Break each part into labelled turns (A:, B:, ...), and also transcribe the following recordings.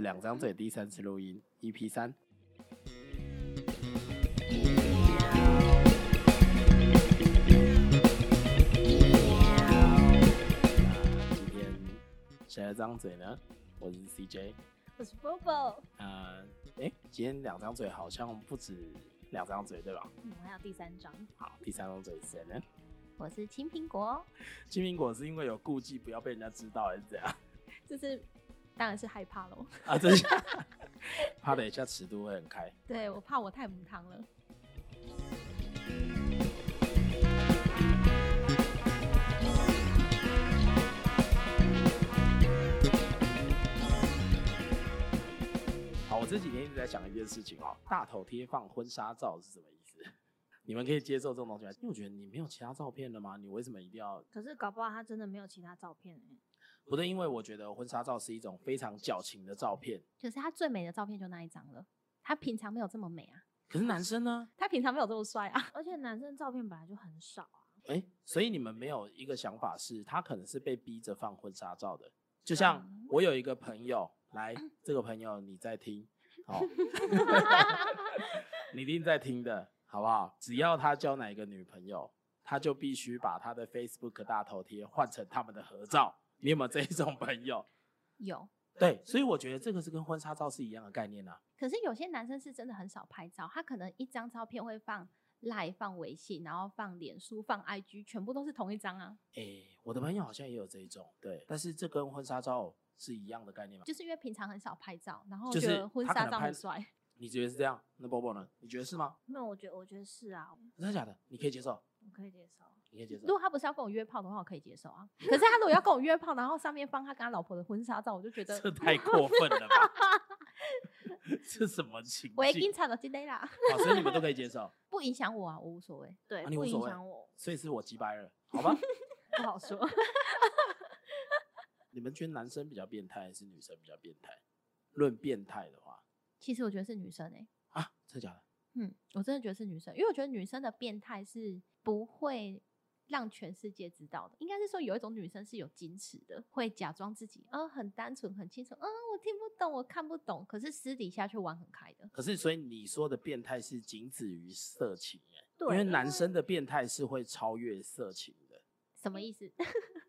A: 两张嘴第三次录音 EP 三。那今天谁的张嘴呢？我是 CJ。
B: 我是 Bobo，
A: 呃，哎、今天两张嘴好像不止两张嘴对吧？
B: 嗯，还有第三张，
A: 好，第三张嘴是谁呢？
B: 我是青苹果，
A: 金苹果是因为有顾忌不要被人家知道还是怎样？
B: 就是当然是害怕喽，
A: 啊，真是， 怕等一下尺度会很开。
B: 对我怕我太母汤了，
A: 好，我这几天一直在想一件事情哦，大头贴放婚纱照是什么意思？ 你们可以接受这种东西吗？因为我觉得你没有其他照片了吗？你为什么一定要？
B: 可是搞不好他真的没有其他照片、欸、
A: 不对，因为我觉得婚纱照是一种非常矫情的照片。
B: 可是他最美的照片就那一张了，他平常没有这么美啊，
A: 可是男生呢？
B: 他平常没有这么帅啊， 而且男生照片本来就很少啊，
A: 哎、所以你们没有一个想法是，他可能是被逼着放婚纱照的。就像
B: 嗯
A: 我有一个朋友，来，这个朋友你在听，好、你一定在听的，好不好？只要他交哪一个女朋友，他就必须把他的 Facebook 大头贴换成他们的合照。你有没有这一种朋友？
B: 有。
A: 对，所以我觉得这个是跟婚纱照是一样的概念啊。
B: 可是有些男生是真的很少拍照，他可能一张照片会放赖、放微信，然后放脸书、放 IG，全部都是同一张啊，
A: 诶、我的朋友好像也有这一种，对，但是这跟婚纱照是一样的概念吗？
B: 就是因为平常很少拍照，然后
A: 就
B: 哦觉
A: 是
B: 得婚
A: 他可
B: 纱
A: 能
B: 照
A: 拍
B: 很帅。
A: 你觉得是这样？那 Bobo 呢？你觉得是吗？
B: 没有，我觉得我觉得是啊，
A: 真的假的？你可以接受？
B: 我可以接受。
A: 你可以接
B: 如
A: 受？
B: 果他不是要跟我约炮的话，我可以接受啊。可是他如果要跟我约炮，然后上面放他跟他老婆的婚纱照，我就觉得嗯
A: 这太过分了吧！ 这什么情
B: 我已经
A: 境？
B: 查到今天啦，
A: 好，所以你们都可以接受，
B: 不影响我啊，我无所谓。对
A: 啊你无所谓
B: 我，
A: 所以是我击败了，好吧？
B: 不好说。
A: 你们觉得男生比较变态，还是女生比较变态？论变态的话，
B: 其实我觉得是女生诶、欸
A: 啊，真的假的？
B: 嗯，我真的觉得是女生，因为我觉得女生的变态是不会让全世界知道的。应该是说有一种女生是有矜持的，会假装自己嗯很单纯、很清纯，嗯我听不懂，我看不懂，可是私底下却玩很开的。
A: 可是，所以你说的变态是仅止于色情、欸，
B: 对
A: 因为男生的变态是会超越色情的。
B: 什么意思？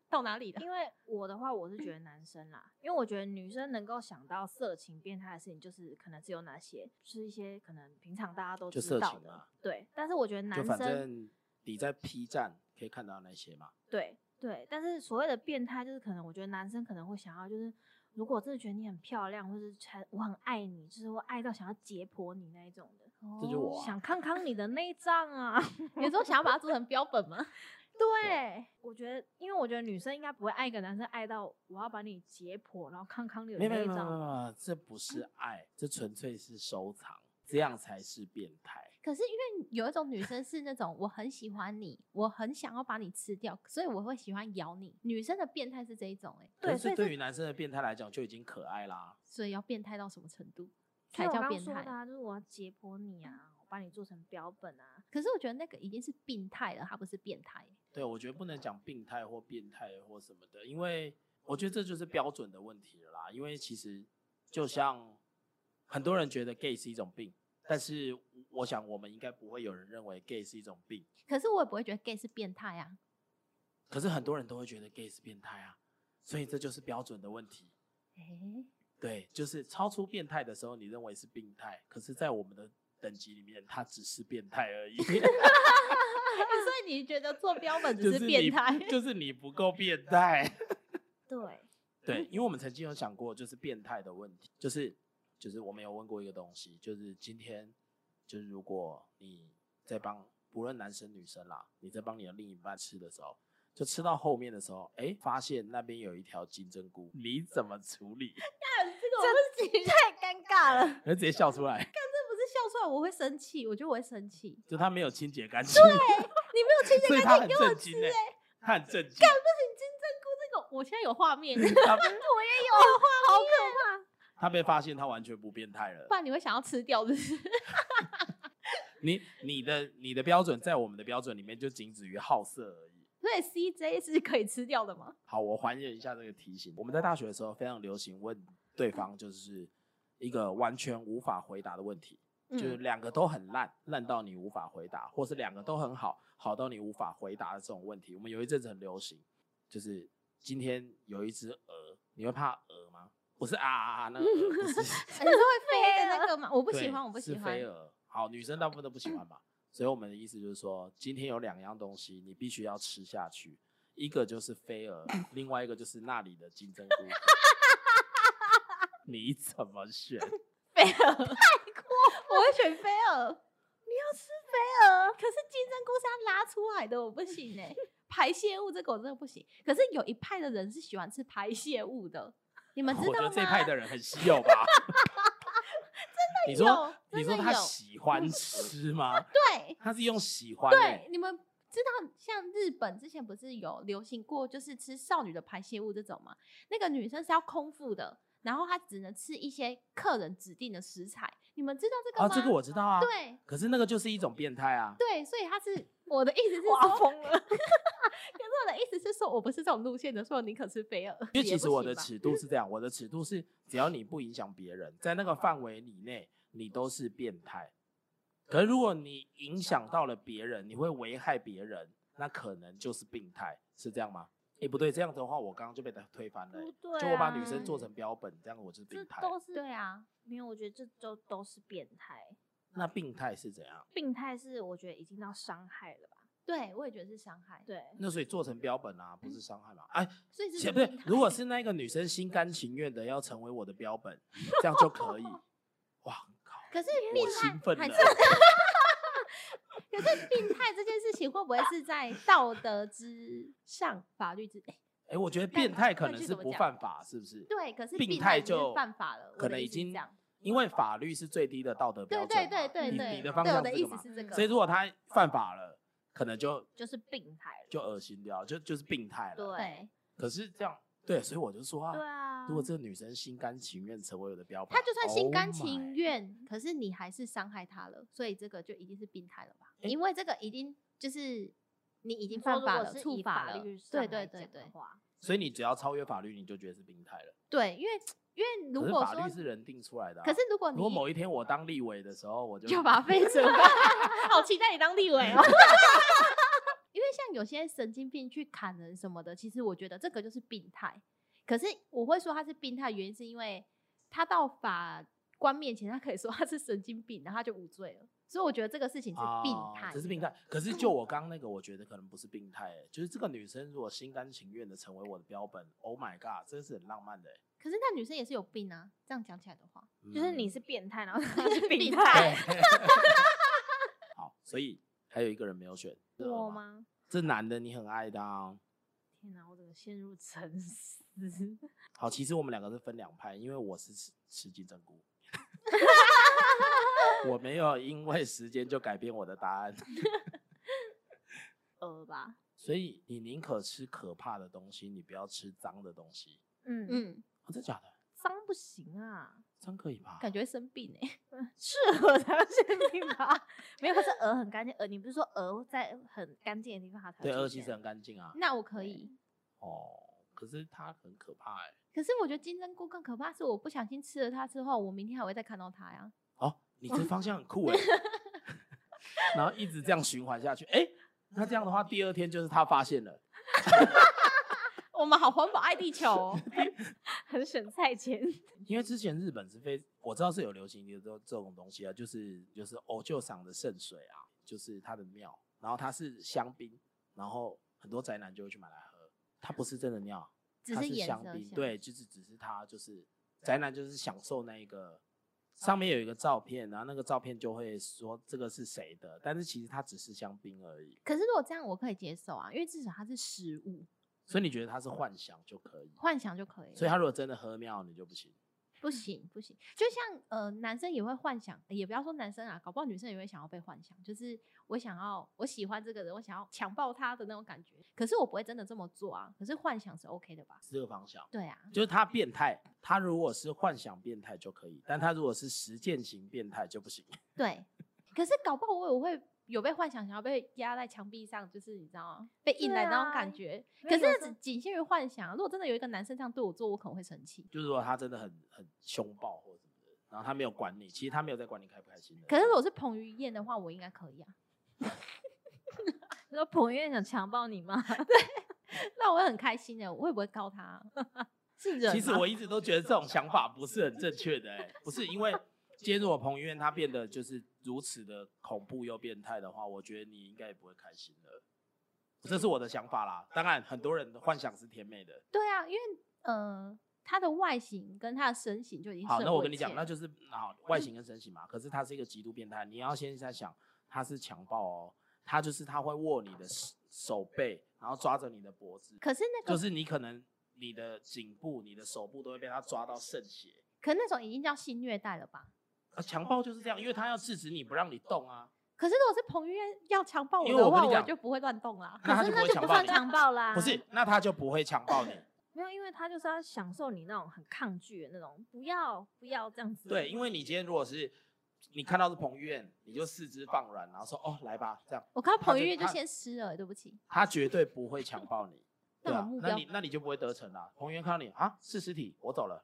B: 到哪 里了？
C: 因为我的话，我是觉得男生啦，因为我觉得女生能够想到色情变态的事情，就是可能只有哪些，就是一些可能平常大家都
A: 就
C: 知
A: 色
C: 道
A: 情
C: 的
A: 嘛，
C: 对。但是我觉得
A: 就
C: 男
A: 反
C: 生
A: 正你在 P 站可以看到那些嘛，
C: 对对，但是所谓的变态，就是可能我觉得男生可能会想要，就是如果真的觉得你很漂亮，或是很我很爱你，就是我爱到想要解剖你那一种的，
A: 这就我啊
C: 想看看你的内脏 啊。
B: 有时候想要把它做成标本吗？
A: 啊
C: 对，我觉得，因为我觉得女生应该不会爱一个男生爱到我要把你解剖，然后看看你的
A: 没有没有
C: 内
A: 没有没有
C: 脏。
A: 没有，这不
C: 嗯
A: 是爱，这纯粹是收藏，这样才是变态。
B: 可是因为有一种女生是那种我很喜欢你，我很想要把你吃掉，所以我会喜欢咬你。女生的变态是这一种哎、
A: 可
C: 对，所
A: 是
C: 以
A: 对
C: 这
A: 于男生的变态来讲，就已经可爱啦。
B: 所以要变态到什么程度
C: 所
B: 才
C: 以我
B: 叫
C: 刚
B: 变
C: 说的
B: 态？
C: 啊，就是我要解剖你啊，我把你做成标本啊。
B: 可是我觉得那个已经是病态了，它不是变态。欸
A: 对，我觉得不能讲病态或变态或什么的，因为我觉得这就是标准的问题了啦。因为其实就像很多人觉得 gay 是一种病，但是我想我们应该不会有人认为 gay 是一种病。
B: 可是我也不会觉得 gay 是变态啊。
A: 可是很多人都会觉得 gay 是变态啊，所以这就是标准的问题。
B: 哎、
A: 对，就是超出变态的时候，你认为是病态，可是，在我们的等级里面，它只是变态而 已。
B: 所以你觉得做标本
A: 就
B: 只
A: 是
B: 是
A: 你
B: 变 态？
A: 就是你不够变态。
C: 对，
A: 对，因为我们曾经有讲过，就是变态的问题，就是就是我们有问过一个东西，就是今天就是如果你在帮不论男生女生啦，你在帮你的另一半吃的时候，就吃到后面的时候，哎、发现那边有一条金针菇，你怎么处理？
B: 这个 太尴尬了，
A: 然后直接笑出 来，
B: 这不是笑出来我会生气，我觉得我会生气。你
A: 就他没有清洁干净，
B: 没有清洁
A: 所以
B: 干
A: 他很
B: 净给我
A: 震
B: 吃
A: 惊哎、
B: 欸
A: 他很震 惊，
B: 金针菇这个，我现在有画面， 好
A: 他
B: 哦可
A: 他被发现他完全不变态了
B: 怕！不。然你会想要吃掉，是不是？
A: 你你的你的标准在我们的标准里面就仅止于好色而已。
B: 所以 CJ 是可以吃掉的吗？
A: 好，我还原一下这个题型。我们在大学的时候非常流行问对方，就是一个完全无法回答的问题，
B: 嗯哎
A: 就是两个都很烂，烂到你无法回答，或是两个都很好，好到你无法回答的这种问题。我们有一阵子很流行，就是今天有一只鹅，你会怕鹅吗？不是啊啊啊，那个鹅 不是
B: 你是会飞的那个吗？我不喜
A: 对
B: 欢，我不喜
A: 是飞
B: 欢。
A: 蛾。好，女生大部分都不喜欢 吧？所以我们的意思就是说，今天有两样东西你必须要吃下去，一个就是飞蛾，另外一个就是那里的金针 菇。你怎么选？
B: 飞蛾 太过，我会选飞蛾。你要吃飞蛾，可是金针菇是要拉出来的，我不行哎、排泄物这个我真的不行。可是有一派的人是喜欢吃排泄物的，你们知
A: 我觉
B: 道吗
A: 得？这一派的人很稀有吧？真的你说，
B: 有
A: 你
B: 真
A: 说
B: 的
A: 他
B: 有
A: 喜欢吃吗？
B: 对
A: 他是用喜欢、欸，
B: 对，你们知道像日本之前不是有流行过就是吃少女的排泄物这种吗？那个女生是要空腹的，然后她只能吃一些客人指定的食材。你们知道这个
A: 啊，
B: 吗？
A: 这个我知道啊。，
B: 对
A: 可是那个就是一种变态啊。
B: 对，所以他是我的意思是说，
C: 哇疯 了，
B: 可是我的意思是说，我不是这种路线的，所以我宁可吃飞蛾。
A: 因为
B: 也
A: 其
B: 不
A: 实我
B: 行
A: 的
B: 吧
A: 尺度是这样，我的尺度是只要你不影响别人，在那个范围里内，你都是变态。可是如果你影响到了别人，你会危害别人，那可能就是病态，是这样吗？诶，不对，这样的话我刚刚就被他推翻了、
C: 不
A: 欸。
C: 对、啊，
A: 就我把女生做成标本，这样我就是
C: 这
A: 病态。欸
C: 都是
B: 对啊，
C: 没有，我觉得这都都是变态，
A: 那病态是怎样？
C: 病态是我觉得已经到伤害了吧？
B: 对我也觉得是伤害，
C: 对，
A: 那所以做成标本啊，不是伤害吗？哎，
B: 所以这
A: 切
B: 是
A: 不对
B: 病态，
A: 如果是那个女生心甘情愿的要成为我的标本，这样就可以。哇 靠！
B: 可是病
A: 我兴
B: 态
A: 奋
B: 还
A: 了
B: 是。可是病态这件事情会不会是在道德之上、法律之？哎、
A: 哎、我觉得
B: 但
A: 变态
B: 到
A: 可
B: 底
A: 能是
B: 是怎么
A: 不
B: 讲
A: 犯法，是不是？
B: 对，可是
A: 病
B: 态
A: 态
B: 已经是
A: 就
B: 犯法了，我
A: 可
B: 的
A: 能
B: 意
A: 已
B: 思是
A: 经
B: 这样。
A: 因为法律是最低的道德标
B: 对
A: 准
B: 对
A: 嘛，
B: 对对
A: 你
B: 对，
A: 你的方
B: 对我
A: 向
B: 的
A: 是
B: 意
A: 这个
B: 思
A: 嘛？
B: 是这个，
A: 所以如果他犯法了，可能就
C: 就是病态了。
A: 就恶心掉，就就是病态了。
C: 对
B: 对，
A: 可是这样，对，所以我就说啊，
C: 对啊，
A: 如果这个女生心甘情愿成为我的标本，
B: 他嗯就算心
A: Oh
B: 甘
A: my
B: 情愿可是你还是伤害他了，所以这个就一定是病态了吧？
A: 诶
B: 因为这个已经就是你已
C: 你
B: 经
C: 说
B: 犯
C: 如
B: 法
C: 果
B: 了，
C: 是
B: 触
C: 以
B: 法
C: 法
B: 了
C: 律，上
B: 对
C: 来
B: 对对
C: 讲的
B: 对
C: 话
A: 所以你只要超越法律，你就觉得是病态了。
B: 对，因为因为如
A: 可是
B: 果
A: 法
B: 说
A: 律，是人定出来的啊、
B: 可是如果你
A: 如果某一天我当立委的时候，我就
B: 就把它 废除
C: 好期待你当立委哦。
B: 因为像有些神经病去砍人什么的，其实我觉得这个就是病态。可是我会说他是病态，原因是因为他到法官面前，他可以说他是神经病，然后他就无罪了。所以我觉得这个事情是病
A: 啊
B: 态的，
A: 只是病态。可是就我刚刚那个，我觉得可能不是病态、欸，就是这个女生如果心甘情愿的成为我的标本，Oh my god，真是很浪漫的、欸。
B: 可是那女生也是有病啊，这样讲起来的 话，
C: 就是你
A: 嗯
C: 是变态，然后他 是
B: 病
C: 病
B: 态
C: 态，
A: 对，好，嗯所以还有一个人没有选，是
C: 我
A: 鹅？
C: 吗？
A: 这男的你很爱的、啊。
C: 天哪，我怎么陷入沉思？
A: 好，其实我们两个是分两派，因为我是吃吃金针 菇，我没有因为时间就改变我的答案，
C: 呃吧，
A: 所以你宁可吃可怕的东西，你不要吃脏的东西。
C: 嗯嗯，
B: 嗯，
A: 啊、真的假的？
C: 脏不行啊，
A: 脏可以吧？
B: 感觉会生病哎、
C: 是鹅才会生病吧？没有，可是鹅很干净，鹅你不是说鹅在很干净的地方它才会
A: 对，
C: 出
A: 二其
C: 现
A: 实很干净啊。
B: 那我可以。
A: 哦，可是它很可怕哎、
B: 可是我觉得金针菇更可怕，是我不小心吃了它之后，我明天还会再看到它呀。
A: 哦，你这方向很酷 哎、 然后一直这样循环下去，哎、那这样的话，第二天就是他发现了，
B: 我们好环保爱地球哦，
C: 很省菜 钱。
A: 因为之前日本是非我知道是有流行一个这这种东西啊，就是就是欧旧赏的圣水啊，就是它的庙，然后它是香槟，然后很多宅男就会去买来喝，它不是真的尿，
B: 只
A: 它
B: 是
A: 是
B: 颜
A: 香
B: 色
A: 槟，
B: 像，
A: 对，就是只是他就是宅男，就是享受那一个上面有一个照片，然后那个照片就会说这个是谁的，但是其实它只是香槟而已，
B: 可是如果这样，我可以接受啊，因为至少它是食物，
A: 所以你觉得它是幻想就可以，
B: 幻想就可以了。
A: 所以他如果真的喝尿，你就不行。
B: 不行不行，就像呃，男生也会幻想，也不要说男生啊，搞不好女生也会想要被幻想，就是我想要我喜欢这个人，我想要强暴他的那种感觉。可是我不会真的这么做啊，可是幻想是 OK 的吧？
A: 是这个方向，
B: 对啊，
A: 就是他变态，他如果是幻想变态就可以，但他如果是实践型变态就不行。
B: 对。可是搞不好我也会有被幻想，想要被压在墙壁上，就是你知道吗？被硬
C: 对
B: 来的那
C: 啊
B: 种感觉。
C: 因
B: 可
C: 为
B: 是
C: 有
B: 那
C: 时候
B: 只仅限于幻想啊、如果真的有一个男生这样对我做，我可能会生气。
A: 就是说他真的很很凶暴或什么的，然后他没有管你，其实他没有在管你开不开心的。
B: 可是如果是彭于晏的话，我应该可以啊。
C: 你说彭于晏想强暴你吗？
B: 那我会很开心的，我会不会告他 啊？
C: 是人
A: 其实
C: 吗
A: 我一直都觉得这种想法不是很正确的、欸，不是因为今天如果彭于晏他变得就是如此的恐怖又变态的话，我觉得你应该也不会开心的。这是我的想法啦，当然很多人的幻想是甜美的。
B: 对啊，因为呃，他的外形跟他的身形就已经
A: 好，
B: 胜
A: 那我
B: 过
A: 跟
B: 一
A: 你讲，
B: 切
A: 那
B: 了
A: 就是
C: 嗯
A: 好外形跟身形嘛。可是他是一个极度变态，你要先在想他是强暴哦，他就是他会握你的手手背，然后抓着你的脖子，
B: 可是那个，
A: 就是你可能你的颈部、你的手部都会被他抓到渗血。
B: 可那种已经叫性虐待了吧？
A: 啊，强暴就是这样，因为他要制止你不让你动啊，
B: 可是如果是彭于晏要强暴我
A: 因为
B: 的
A: 我跟
B: 话，
A: 你
B: 我
A: 讲
B: 就不会乱动啦。
A: 那他
C: 可是
A: 就不
C: 那
A: 会
C: 就
A: 强
C: 不
A: 暴
C: 算
A: 你。
C: 强暴啦。
A: 不是，，那他就不会强暴你。
C: 没有，因为他就是要享受你那种很抗拒的那种，不要不要这样子。
A: 对，因为你今天如果是你看到是彭于晏，你就四肢放软，然后说哦来吧，这样
B: 我看到
A: 他
B: 彭
A: 就
B: 于晏就
A: 他
B: 先湿了，对不起。
A: 他绝对不会强暴你。
B: 那
A: 对
B: 我
A: 啊
B: 目，
A: 那
B: 标
A: 你那你就不会得逞啦。彭于晏看到你啊是尸体，我走了。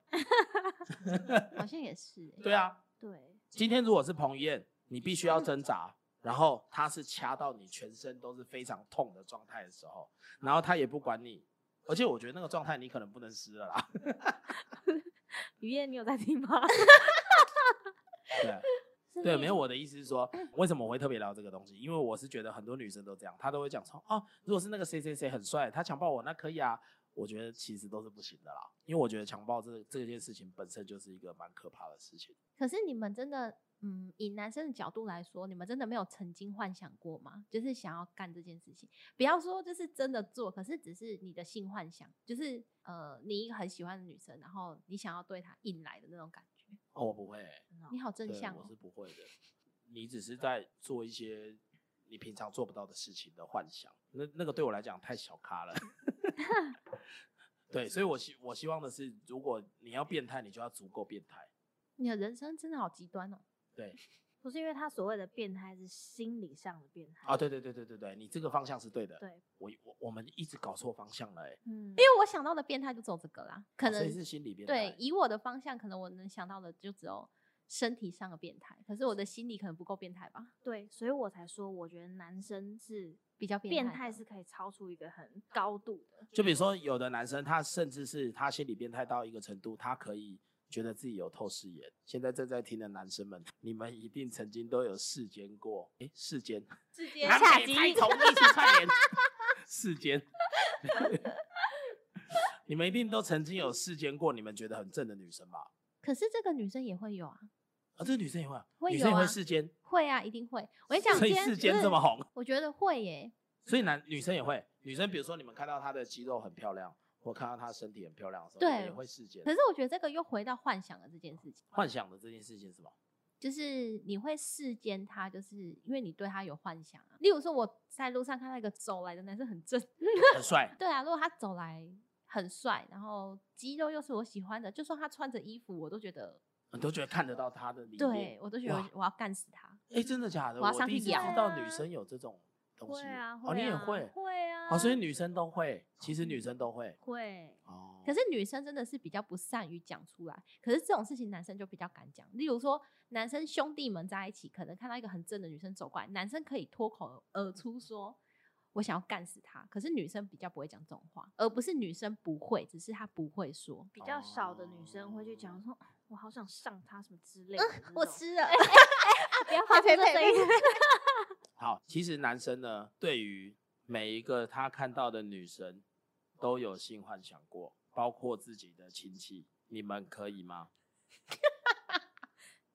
B: 好像也是、欸。
A: 对啊，
C: 对，
A: 今天如果是彭于晏，你必须要挣扎，然后他是掐到你全身都是非常痛的状态的时候，然后他也不管你，而且我觉得那个状态你可能不能湿了啦。
C: 于燕，你有在听吗？
A: 对。啊
C: 是
A: 对，
C: 那
A: 没有
C: 种
A: 我的意思是说，
B: 嗯
A: 为什么我会特别聊这个东西？因为我是觉得很多女生都这样，她都会讲说，哦，如果是那个谁谁谁很帅，他强暴我，那可以啊。我觉得其实都是不行的啦，因为我觉得强暴这这件事情本身就是一个蛮可怕的事情。
B: 可是你们真的，嗯，以男生的角度来说，你们真的没有曾经幻想过吗？就是想要干这件事情，不要说就是真的做，可是只是你的性幻想，就是呃，你一个很喜欢的女生，然后你想要对她硬来的那种感觉。
A: 哦，我不会欸、
B: 你好正
A: 对
B: 向
A: 我
B: 哦
A: 是，不会的。你只是在做一些你平常做不到的事情的幻想，那那个对我来讲太小咖 了。对，所以我希我希望的是，如果你要变态，你就要足够变态。
B: 你的人生真的好极端哦。
A: 对，
C: 不是因为他所谓的变态是心理上的变态
A: 啊，对对对对对对，你这个方向是对的。
C: 对，
A: 我我我们一直搞错方向了、欸，
C: 嗯，因
B: 因为我想到的变态就只有这个啦，可
A: 哦所
B: 能
A: 以是心理变态
B: 对，以我的方向，可能我能想到的就只有身体上的变态，可是我的心理可能不够变态吧，
C: 对，所以我才说，我觉得男生是
B: 比较变
C: 变
B: 态
C: 态
B: 的
C: 是可以超出一个很高度的。
A: 就比如说有的男生，他甚至是他心理变态到一个程度，他可以觉得自己有透视眼。现在正在听的男生们，你们一定曾经都有视奸过，诶，视奸，
C: 直接
A: 南
C: 下
A: 北
C: 集
A: 台同一起串联，视奸。你们一定都曾经有视奸过你们觉得很正的女生吧？
B: 可是这个女生也会有啊，
A: 啊，这个女生也会啊，
B: 会
A: 女
B: 有
A: 生也会
B: 啊
A: 视奸，
B: 会啊，一定会。我跟你讲，
A: 所以
B: 今天
A: 视奸
B: 不
A: 这
B: 是
A: 么红。
B: 我觉得会耶。
A: 所以男女生也会，女生比如说你们看到她的肌肉很漂亮，或看到她身体很漂亮的时候，你们
B: 对
A: 也会视觉
B: 可是我觉得这个又回到幻想的这件事情，
A: 幻想的这件事情 是吧？
B: 就是你会视奸他，就是因为你对他有幻想啊。例如说我在路上看到一个走来的男生很正，
A: 很帅，
B: 对啊，如果他走来很帅，然后肌肉又是我喜欢的，就算他穿着衣服，我都觉得，
A: 你都觉得看得到她的里面。
B: 对，我都觉
A: 哇
B: 得我要干死他。
A: 哎，真的假的？
B: 我要
A: 我
B: 上
A: 第一
B: 去啊
A: 次知
B: 咬
A: 道女生有这种东西。
C: 会啊，
A: 哦，你也
C: 啊
A: 会。
C: 会啊。
A: 哦，所以女生都会，其实女生都会。
C: 会，
A: 哦，
B: 可是女生真的是比较不善于讲出来，可是这种事情男生就比较敢讲。例如说，男生兄弟们在一起，可能看到一个很正的女生走过来，男生可以脱口而出说“我想要干死她”，可是女生比较不会讲这种话，而不是女生不会，只是她不会说
C: 比较少的女生会去讲说，我好想上他什么之类的那
B: 哦嗯
C: 种。啊
B: “我吃了”，
C: 不要
B: 呸
C: 发出
B: 呸
C: 这声
B: 呸
C: 音。
A: 好，其实男生呢，对于每一个他看到的女生，都有性幻想过，包括自己的亲戚。你们可以吗？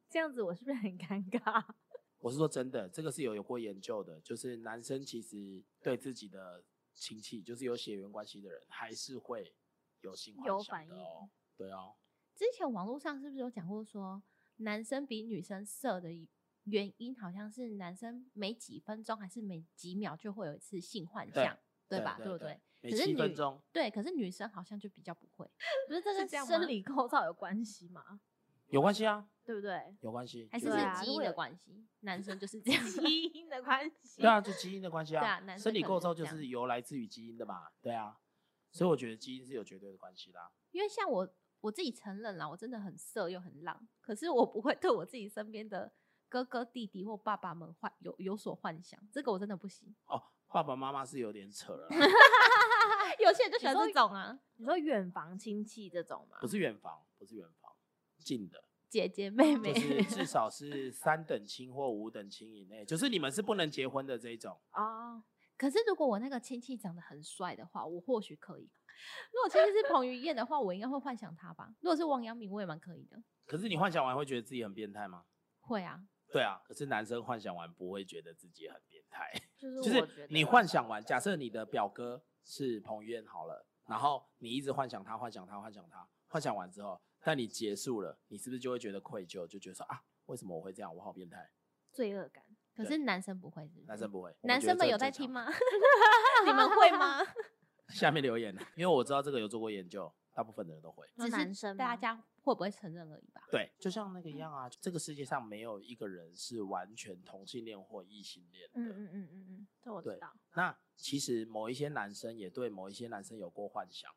C: 这样子我是不是很尴尬？
A: 我是说真的，这个是有有过研究的，就是男生其实对自己的亲戚，就是有血缘关系的人，还是会有性幻
C: 有
A: 想
C: 反
A: 的
C: 应
A: 哦。对哦，
B: 之前网络上是不是有讲过说，男生比女生色的原因好像是男生每几分钟还是每几秒就会有一次性幻
A: 对
B: 想，对吧？
A: 对
B: 不
A: 对每
B: 对？可是
A: 七分
B: 女
A: 钟，
B: 对，可是女生好像就比较不会，不是这
C: 跟生理构造有关系吗？
A: 有关系啊，
C: 对不 对？
A: 有关系，
B: 还是
A: 就是
C: 对
B: 是
C: 啊
B: 基因
C: 如果
B: 的
C: 有
B: 关系？男生就是这样，
C: 基因的关系。
A: 对啊，就基因的关系
B: 对啊男生
A: 生理
B: 可能
A: 构
B: 就是
A: 造
B: 这
A: 就
B: 样
A: 是由来自于基因的嘛，对啊，所以我觉得基因是有绝对的关系啦。
B: 因为像我。我自己承认啦，我真的很色又很浪，可是我不会对我自己身边的哥哥弟弟或爸爸们幻有有所幻想，这个我真的不行。
A: 哦，爸爸妈妈是有点扯 了啦，
B: 有些人就喜欢
C: 你说
B: 这种啊，
C: 你说远房亲戚这种吗
A: 不？是远房，不是远房，近的，
B: 姐姐妹妹
A: 哦就，是至少是三等亲或五等亲以内，就是你们是不能结婚的这一种。
C: 哦，
B: 可是如果我那个亲戚长得很帅的话，我或许可以。如果亲戚是彭于晏的话，我应该会幻想他吧。如果是王阳明，我也蛮可以的。
A: 可是你幻想完会觉得自己很变态吗？
B: 会啊，
A: 对啊，可是男生幻想完不会觉得自己很变态，
C: 就是
A: 就
C: 我觉
A: 是
C: 得
A: 你幻想完，假设你的表哥是彭于晏好了，然后你一直幻想他，幻想他，幻想他，幻想完之后，但你结束了，你是不是就会觉得愧疚，就觉得说啊，为什么我会这样，我好变态？
C: 罪恶感，
B: 可是男生不会是不是
A: 男生不会，我
B: 男
A: 觉得
B: 生们
A: 这
B: 有
A: 很
B: 在
A: 正
B: 听
A: 常？
B: 吗？ 你 们会吗？
A: 下面留言，啊因为我知道这个有做过研究，大部分的人都会。
C: 只
B: 只
C: 是男
B: 是
C: 生
B: 大
C: 吗
B: 家会不会承认而已吧。
A: 对，就像那个一样啊，这个世界上没有一个人是完全同性恋或异性恋的。
C: 嗯嗯嗯嗯嗯，这我知
A: 对
C: 道，
A: 那其实某一些男生也对某一些男生有过幻想，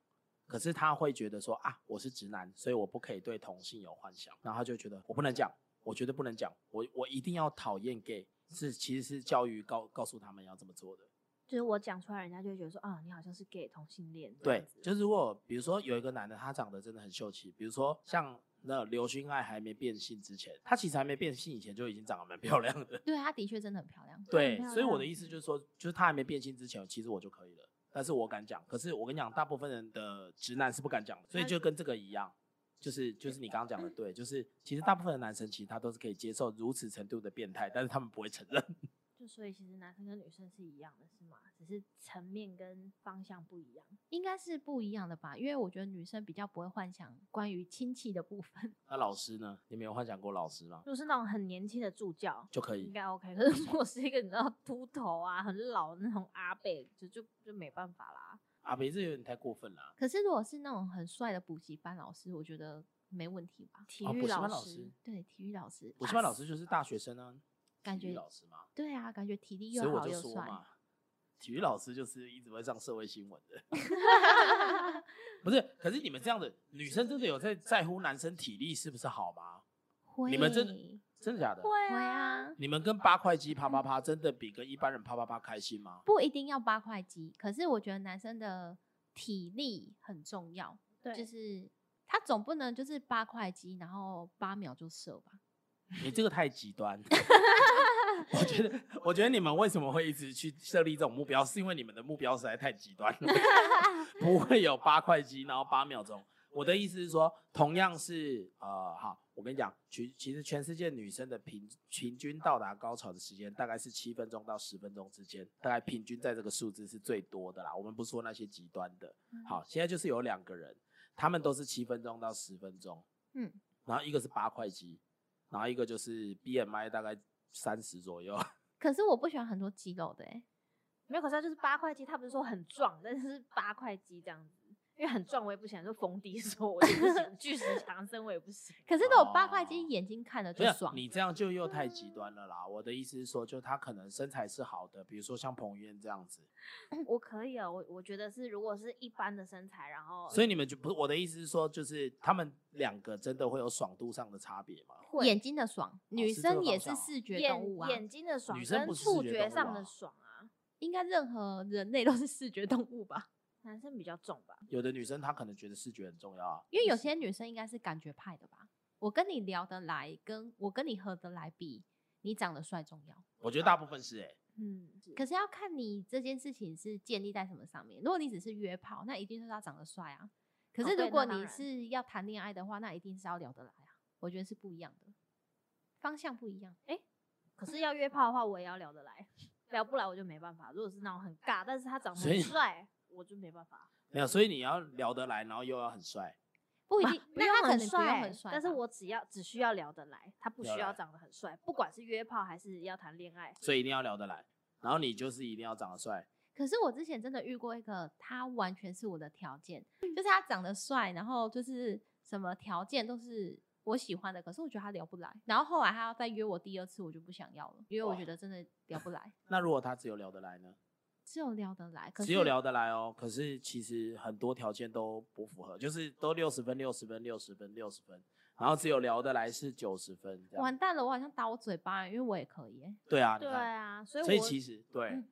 A: 可是他会觉得说啊，我是直男，所以我不可以对同性有幻想，然后他就觉得我不能讲，我绝对不能讲，我我一定要讨厌 gay，是其实是教育告告诉他们要这么做的。
C: 就是我讲出来，人家就会觉得说啊，你好像是 gay 同性恋这样
A: 对
C: 子，，
A: 就是如果比如说有一个男的，他长得真的很秀气，比如说像那刘勋爱还没变性之前，他其实还没变性以前就已经长得蛮漂亮的。
B: 对，她的确真的很漂亮。
A: 对，
C: 漂
A: 所以我的
C: 亮
A: 意思就是说，就是他还没变性之前，其实我就可以了。但是我敢讲，可是我跟你讲，大部分人的直男是不敢讲的，所以
C: 那
A: 就跟这个一样，就是就是你刚刚讲的，对，就是其实大部分的男生其实他都是可以接受如此程度的变态，但是他们不会承认。
C: 就所以其实男生跟女生是一样的，是吗？只是层面跟方向不一样。
B: 应该是不一样的吧，因为我觉得女生比较不会幻想关于亲戚的部分。
A: 那老师呢？你们有幻想过老师吗？
C: 如果是那种很年轻的助教，
A: 就可以
C: 应该 OK。可是如 果是一个你知道秃头啊、很老的那种阿伯，就就就没办法啦。
A: 啊，别这有点太过分了啊、
B: 可是如果是那种很帅的补习班老师，我觉得没问题吧。
C: 体
A: 哦
C: 育
A: 补习班
C: 老
A: 老
C: 师
A: 师，
B: 对，体育老师，
A: 补习班老师就是大学生啊，
B: 感
A: 体育
B: 觉
A: 老师嘛，
B: 对啊，感觉体力又
A: 所以我
B: 好
A: 就
B: 又
A: 说
B: 帅。
A: 嘛，体育老师就是一直会上社会新闻的。 不是，可是你们这样的女生真的有在在乎男生体力是不是好吗？
B: 会，
A: 你们真的真的假的？
B: 会啊，
A: 你们跟八块肌啪啪啪真的比跟一般人啪啪啪开心吗？
B: 不一定要八块肌，可是我觉得男生的体力很重要，
C: 对，
B: 就是他总不能就是八块肌，然后八秒就射吧。
A: 你这个太极端。我觉得，我觉得你们为什么会一直去设立这种目标，是因为你们的目标实在太极端了，不会有八块肌，然后八秒钟。我的意思是说，同样是呃，好，我跟你讲，其其实全世界女生的平平均到达高潮的时间大概是七分钟到十分钟之间，大概平均在这个数字是最多的啦。我们不说那些极端的，好，现在就是有两个人，他们都是七分钟到十分钟，
B: 嗯，
A: 然后一个是八块肌，然后一个就是 BMI 大概三十左右，
B: 可是我不喜欢很多肌肉的、欸，
C: 没有。可是他就是八块肌，他不是说很壮，但是是八块肌这样子。因为很壮，我也不想说逢低说，我就不行，巨石强森我也不行。
B: 可是如果八块
A: 哦
B: 肌，眼睛看了
A: 没
B: 就
A: 有
B: 爽。
A: 你这样就又太极端了啦。我的意思是说，就他可能身材是好的，比如说像彭于晏这样子，
C: 我可以啊，我我觉得是，如果是一般的身材，然
B: 哦
C: 后
A: 所以你们就不，我的意思是说，就是他们两个真的会有爽度上的差别吗？
C: 会
B: 眼睛的爽，女
A: 是这个
B: 生
A: 方
B: 也是
A: 向哦
B: 视觉动物
C: 眼
B: 啊，
C: 眼睛的爽
A: 女生
C: 跟
A: 不是
C: 触
A: 视觉
C: 觉
A: 动物
C: 上的
A: 啊
C: 爽啊，
B: 应该任何人类都是视觉动物吧？
C: 男生比较重吧。
A: 有的女生她可能觉得视觉很重要啊，
B: 因为有些女生应该是感觉派的吧？我跟你聊得来，跟我跟你合得来比，你长得帅重要。
A: 我觉得大部分是哎、
C: 嗯，
B: 可是要看你这件事情是建立在什么上面。如果你只是约炮，那一定是他长得帅啊。可
C: 哦
B: 是
C: 对
B: 如果
C: 那当
B: 你
C: 然
B: 是要谈恋爱的话，那一定是要聊得来啊。我觉得是不一样的，方向不一样。
C: 可是要约炮的话，我也要聊得来，聊不来我就没办法。如果是那种很尬，但是他长得
A: 所以
C: 很帅，我就没办法。
A: 没有，所以你要聊得来，然后又要很帅，
B: 不一定，
C: 不
B: 那
C: 用
B: 他可
C: 很
B: 能不用
C: 帅，欸
B: 很帅吧，
C: 但是我只要只需要聊得来，他不需
A: 聊得
C: 要
A: 来
C: 长得很帅，不管是约炮还是要谈恋爱。
A: 所以一定要聊得来，然后你就是一定要长得帅，
B: 可是我之前真的遇过一个，他完全是我的条件，就是他长得帅，然后就是什么条件都是我喜欢的，可是我觉得他聊不来。然后后来他要再约我第二次，我就不想要了，因为我
A: 哇
B: 觉得真的聊不来。
A: 那如果他只有聊得来呢？
B: 只有聊得来，可是
A: 只有聊得来哦。可是其实很多条件都不符合，就是都六十分、六十分、六十分、六十分，然后只有聊得来是九十分这样。
B: 完蛋了，我好像打我嘴巴，因为我也可以耶、
A: 对啊，你
C: 对
A: 看，
C: 啊，所以我
A: 所以其实对。
B: 嗯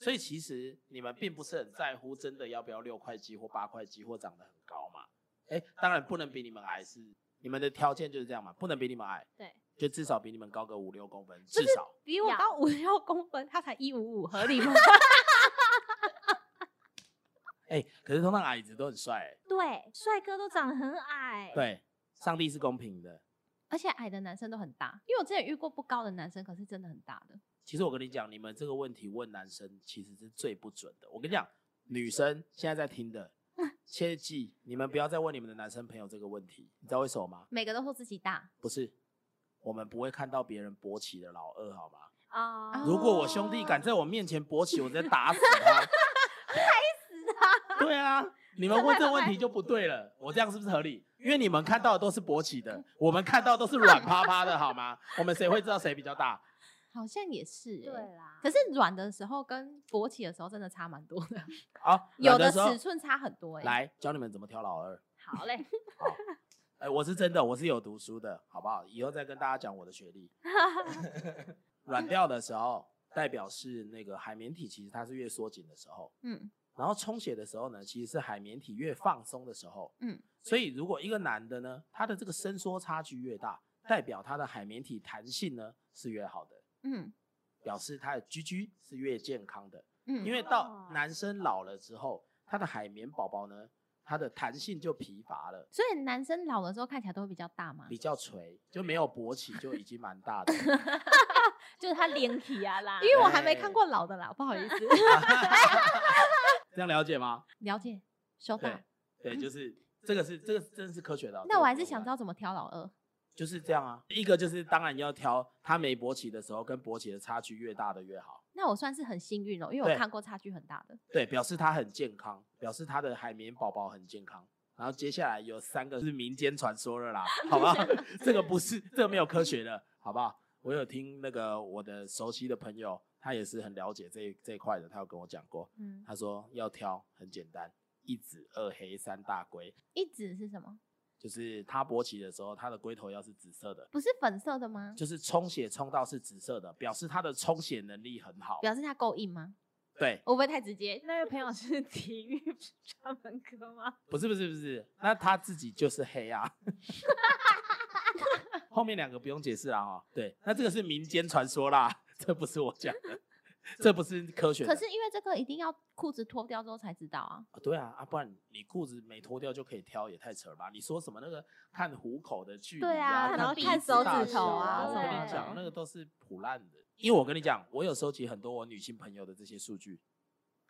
A: 所以其实你们并不是很在乎真的要不要六块肌或八块肌或长得很高嘛？哎，当然不能比你们矮是，你们的条件就是这样嘛，不能比你们矮，
C: 对
A: 就至少比你们高个五六公分，
B: 就
A: 至
B: 是
A: 少。
B: 比我
C: 要
B: 高五六公分，他才一五五，合理吗？
A: 哎、可是通常矮子都很帅、欸，
C: 对帅哥都长得很矮，
A: 对，上帝是公平的。
B: 而且矮的男生都很大，因为我之前遇过不高的男生，可是真的很大的。
A: 其实我跟你讲，你们这个问题问男生其实是最不准的。我跟你讲，女生现在在听的，切记你们不要再问你们的男生朋友这个问题，你知道为什么吗？
B: 每个都说自己大，
A: 不是，我们不会看到别人勃起的老二，好吗？
C: 啊
B: 哦
A: 如果我兄弟敢在我面前勃起，我直接打死 他，害死他。对啊，你们问这个问题就不对了。我这样是不是合理？因为你们看到的都是勃起的，我们看到的都是软趴趴的，好吗？我们谁会知道谁比较大？
B: 好像也是、欸。
C: 对。啦，
B: 可是软的时候跟勃起的时候真的差蛮多的，
A: 好，
B: 有
A: 软的
B: 的
A: 时候
B: 尺寸差很多哎、欸。，
A: 来教你们怎么挑老二。
C: 好嘞，
A: 哎、我是真的，我是有读书的，好不好？以后再跟大家讲我的学 历。软掉的时候，代表是那个海绵体，其实它是越缩紧的时候。
B: 嗯，
A: 然后充血的时候呢，其实是海绵体越放松的时候。
B: 嗯，
A: 所以如果一个男的呢，他的这个伸缩差距越大，代表他的海绵体弹性呢是越好的，
B: 嗯
A: 表示他的 GG 是越健康的。
B: 嗯，
A: 因为
C: 哦
A: 到男生老了之后，他的海绵宝宝呢，它的弹性就疲乏了。
B: 所以男生老的时候看起来都会比较大嘛
A: 比，较垂，就没有勃起，就已经蛮大 的了。
C: 就是他脸皮啊 啦，
B: 因为我还没
A: 对
B: 看过老的啦，不好 意思。
A: 这样了解吗？
B: 了解，收到
A: 对。，嗯对，就是这个是这个真是科学的哦。这
B: 那
A: 个
B: 我还
A: 不
B: 是
A: 用
B: 想
A: 管
B: 知道怎么挑老二。
A: 就是这样啊。一个就是当然要挑他没勃起的时候跟勃起的差距越大的越好，
B: 那我算是很幸运哦，因为我
A: 对
B: 看过差距很大的。
A: 对，表示他很健康，表示他的海绵宝宝很健康。然后接下来有三个是民间传说了啦，好 不好？这个不是，这个没有科学的，好不好？我有听那个我的熟悉的朋友，他也是很了解这一这一块的，他有跟我讲过，
B: 嗯，
A: 他说要挑很简单，一子二黑三大龟，
B: 一指是什么？
A: 就是它勃起的时候，它的龟头要是紫色的，
B: 不是粉色的吗？
A: 就是充血充到是紫色的，表示它的充血能力很好。
B: 表示它够硬吗？
A: 对，
B: 我会不会太直接？
C: 那位朋友是体育专门科吗？
A: 不是不是不是，那它自己就是黑啊。 后面两个不用解释啦哈。对，那这个是民间传说啦，这不是我讲的，这不是科学的。
B: 可是因为这个一定要裤子脱掉之后才知道 啊。
A: 啊对啊，啊，不然你裤子没脱掉就可以挑，也太扯了吧？你说什么那个看虎口的距离
B: 对啊
A: 看
B: 然后
A: 鼻
B: 看
A: 子
B: 手
A: 大
B: 指
A: 小
B: 头
A: 啊
B: 啊，
A: 我跟你
C: 对
A: 讲，那个都是腐烂的。因为我跟你讲，我有收集很多我女性朋友的这些数据，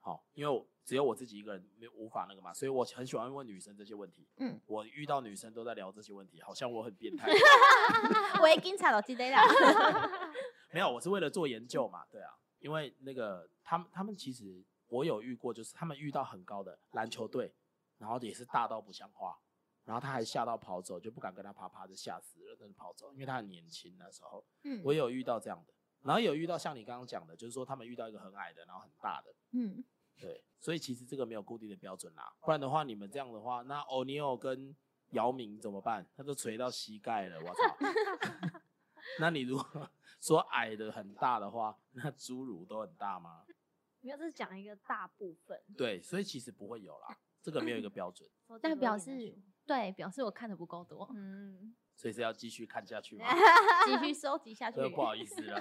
A: 好，因为我只有我自己一个人没有无法那个嘛，所以我很喜欢问女生这些问题。
B: 嗯，
A: 我遇到女生都在聊这些问题，好像我很 变态。
B: 我已经查到记 得了。
A: 没有，我是为了做研究嘛，对啊，因为那个他们他们其实我有遇过，就是他们遇到很高的篮球队，然后也是大到不像话，然后他还吓到跑走，就不敢跟他啪啪，就吓死了，那就跑走，因为他很年轻那时候，
B: 嗯
A: 我也有遇到这样的，然后有遇到像你刚刚讲的，就是说他们遇到一个很矮的，然后很大的，
B: 嗯，
A: 对，所以其实这个没有固定的标准啦，不然的话你们这样的话，那欧尼尔跟姚明怎么办？他都垂到膝盖了，我操！ 那你如果 说矮的很大的话，那侏儒都很大吗？
C: 没有，这是讲一个大部分，
A: 对，所以其实不会有啦，这个没有一个标准，
C: 收集
B: 那
C: 多
B: 表
C: 一点再
B: 示
C: 说
B: 对，表示我看的不够多，
C: 嗯，
A: 所以是要继续看下去吗？
B: 继续收 集下去
A: 这。个不好意思了。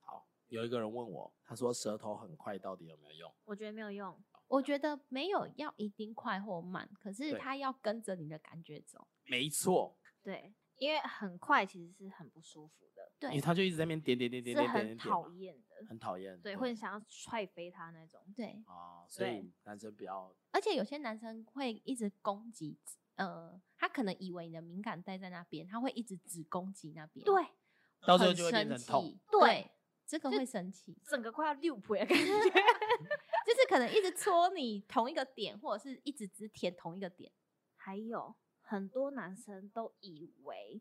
A: 好，有一个人问我，他说舌头很快到底有没有用？
C: 我觉得没有用，
B: 我觉得没有要一定快或慢，可是
A: 对
B: 它要跟着你的感觉走。
A: 没错，
C: 对，因为很快其实是很不舒服的，
A: 因为
B: 对
A: 他就一直在那边点点点点
C: 是
A: 点点
C: 很
A: 点点
C: 讨
A: 嘛，
C: 厌的，
A: 很讨厌，
C: 对，会很想要踹飞他那种。
B: 对，
A: 啊，所
C: 对
A: 以男生不要
B: 而且有些男生会一直攻击，呃，他可能以为你的敏感带在那边，他会一直只攻击那边，
C: 对，
A: 到
B: 很
A: 最后就会
B: 生气，
A: 变成痛。
B: 对，这个会生气，
C: 整个快要六倍的感觉。
B: 就是可能一直戳你同一个点，或者是一直只舔同一个点。
C: 还有很多男生都以为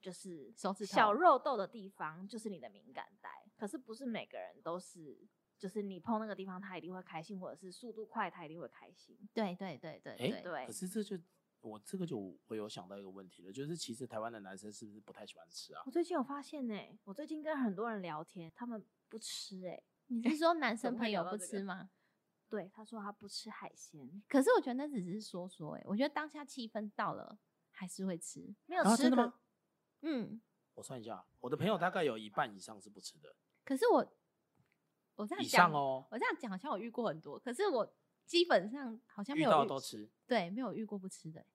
C: 就是
B: 手指头
C: 小肉豆的地方就是你的敏感带，可是不是每个人都是就是你碰那个地方，他一定会开心，或者是速度快，他一定会开心。
B: 对对对对
A: 哎、
B: 对
C: 对
A: 可是这就我这个就我有想到一个问题了，就是其实台湾的男生是不是不太喜欢吃啊？
C: 我最近有发现呢、我最近跟很多人聊天，他们不吃哎、
B: 你是说男
C: 怎
B: 生
C: 么会
B: 朋友
C: 聊到
B: 不
C: 这个
B: 吃吗？
C: 对，他说他不吃海鲜，
B: 可是我觉得那只是说说、欸，哎，我觉得当下气氛到了还是会吃。
C: 没有
A: 啊
C: 吃
A: 真的
C: 可
A: 吗
B: 嗯，
A: 我算一下，我的朋友大概有一半以上是不吃的，
B: 可是我我这样
A: 以上
B: 讲，
A: 哦，
B: 我这样讲好像我遇过很多，可是我基本上好像没
A: 遇
B: 有
A: 到
B: 遇
A: 都吃。
B: 对，没有遇过不吃的欸、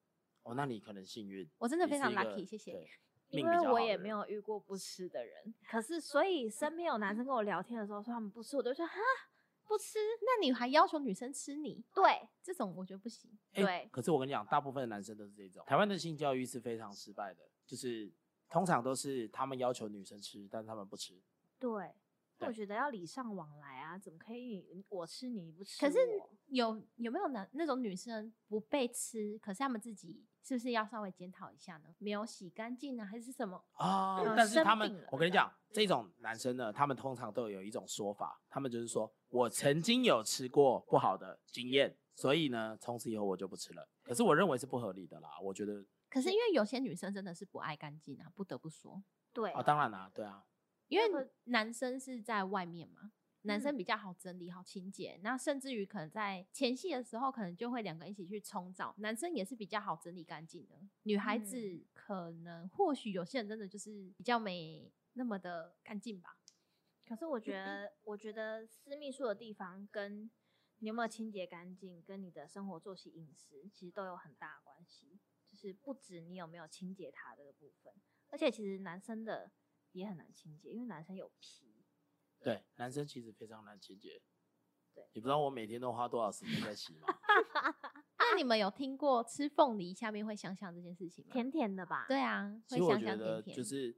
A: 哦，那你可能幸运，
B: 我真的
A: 你
B: 非
A: 是
B: 常
A: 一个
B: lucky，谢谢
A: 对命
C: 因
A: 比
C: 为
A: 较
C: 我
A: 好
C: 也
A: 的
C: 没
A: 人
C: 有遇过不吃的人。可是，所以身边有男生跟我聊天的时候说他们不吃，我就说哈不吃。
B: 那你还要求女生吃你，
C: 对，
B: 这种我觉得不行。
A: 欸
C: 对
A: 可是我跟你讲，大部分的男生都是这种。台湾的性教育是非常失败的，就是通常都是他们要求女生吃，但他们不吃。
C: 对，那我
A: 对
C: 觉得要礼尚往来啊，怎么可以我吃你不吃
B: 可
C: 我？
B: 是有有没有男那种女生不被吃，可是他们自己是不是要稍微检讨一下呢？没有洗干净呢，还是什么？
A: 啊、
C: 嗯
A: 但是
C: 生
A: 他们
C: 病了，
A: 我跟你讲，这种男生呢，他们通常都有一种说法，他们就是说我曾经有吃过不好的经验，所以呢，从此以后我就不吃了。可是我认为是不合理的啦，我觉得
B: 可是因为有些女生真的是不爱干净啊，不得不说，
C: 对
A: 啊，当然啦，对啊，
B: 因
C: 那
B: 为
C: 个
B: 男生是在外面嘛。男生
C: 嗯
B: 比较好整理、好清洁，那甚至于可能在前戏的时候，可能就会两个一起去冲澡。男生也是比较好整理干净的，女孩
C: 嗯
B: 子可能、或许有些人真的就是比较没那么的干净吧。
C: 可是我觉得，我觉得私密处的地方跟你有没有清洁干净，跟你的生活作息、饮食其实都有很大的关系。就是不止你有没有清洁它这个部分，而且其实男生的也很难清洁，因为男生有皮。
A: 对，男生其实非常难清洁。
C: 对
A: 你不知道我每天都花多少时间在洗吗？啊
B: 那你们有听过吃凤梨下面会香香这件事情吗？
C: 甜甜的吧？
B: 对，啊，
A: 其
B: 会
A: 实我
B: 香
A: 觉
B: 香
A: 得
B: 甜甜。
A: 就是，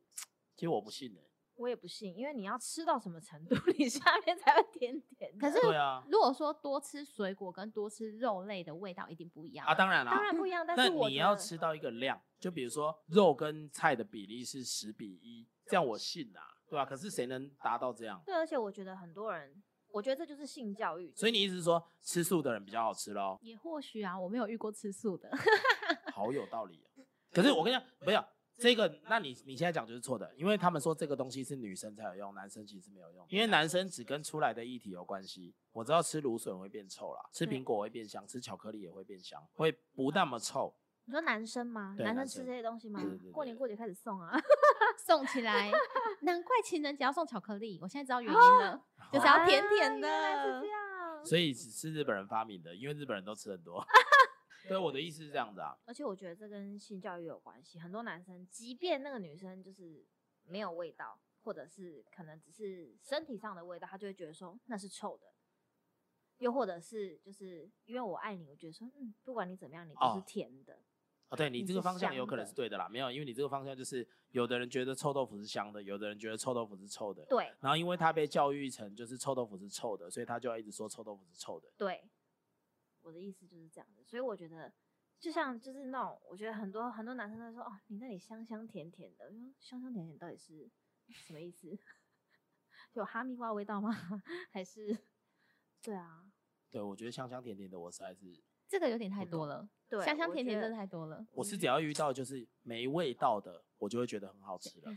A: 其实我不信的、
C: 我也不信，因为你要吃到什么程度，你 下面才会甜甜的。
B: 可是
A: 对 啊，
B: 如果说多吃水果跟多吃肉类的味道一定不一样？
A: 啊，当然啦，
C: 当然不一样，但
A: 那
C: 是我
A: 你
C: 觉
A: 要
C: 得
A: 吃到一个量，就比如说肉跟菜的比例是十比一，这样我信啊，对吧、可是谁能达到这样？
C: 对，而且我觉得很多人，我觉得这就是性教育。
A: 所以你意思是说吃素的人比较好吃喽
B: 也或许啊，我没有遇过吃素的，
A: 好有道理、哦。可是我跟你讲，不要这个，那你你现在讲就是错的，因为他们说这个东西是女生才有用，男生其实没有用，因为男生只跟出来的液体有关系。我知道吃芦笋会变臭啦，吃
C: 对
A: 苹果会变香，吃巧克力也会变香，会不那么臭。
C: 你说男生吗？
A: 对
C: 男
A: 男
C: 生吃
A: 生
C: 这些东西吗
A: 对对对？
C: 过年
A: 对
C: 过节开始送啊。
B: 送起来，难怪情人节要送巧克力，我现在知道原因了， 就是要甜甜的。
C: 啊原来是这样。
A: 所以只是日本人发明的，因为日本人都吃很 多。对，我的意思是这样子啊。
C: 而且我觉得这跟性教育有关系。很多男生，即便那个女生就是没有味道，或者是可能只是身体上的味道，他就会觉得说那是臭的。又或者是就是因为我爱你，我觉得说嗯，不管你怎么样，你都
A: 哦
C: 是甜的。
A: 哦，对你
C: 你
A: 这
C: 是
A: 个方向有
C: 香
A: 可能
C: 的
A: 是对的啦，没有，因为你这个方向就是有的人觉得臭豆腐是香的，有的人觉得臭豆腐是臭的。
C: 对
A: 然后因为他被教育成就是臭豆腐是臭的，所以他就要一直说臭豆腐是臭的。
C: 对，我的意思就是这样子。所以我觉得，就像就是那种，我觉得很多很多男生都说哦，你那里香香甜甜的，我说香香甜甜到底是什么意思？ 有哈密瓜味道吗？ 还是对啊，
A: 对，我觉得香香甜甜的，我实在是，
B: 这个有点太多了，
C: 对，
B: 香香
C: 我
B: 甜
C: 觉
B: 甜真
C: 得
B: 的太多了。
A: 我是只要遇到就是没味道的，我就会觉得很好 吃了。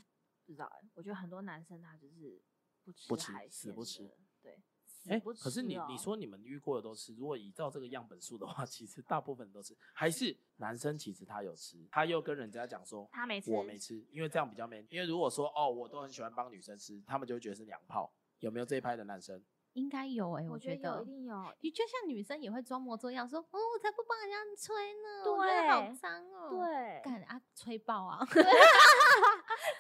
C: 不知道欸，我觉得很多男生他就是不吃
A: 不吃
C: 海
A: 死不
C: 鲜
A: 吃
C: 的，对，死
A: 哎，
C: 不
A: 可是
C: 吃
A: 你
C: 哦
A: 你说你们遇过的都吃，如果依照这个样本数的话，其实大部分都吃，还是男生其实他有吃，他又跟人家讲说
C: 他没吃，
A: 我没吃，因为这样比较 man。因为如果说哦，我都很喜欢帮女生吃，他们就会觉得是娘炮。有没有这一派的男生？
B: 应该有哎、
C: 我
B: 觉
C: 觉得有
B: 得嗯
C: 一。定有，
B: 你就像女生也会装模作样说，哦，我才不帮人家吹呢，我觉得好
C: 对
B: 脏哦。，
C: 对，
B: 干啊，吹爆啊！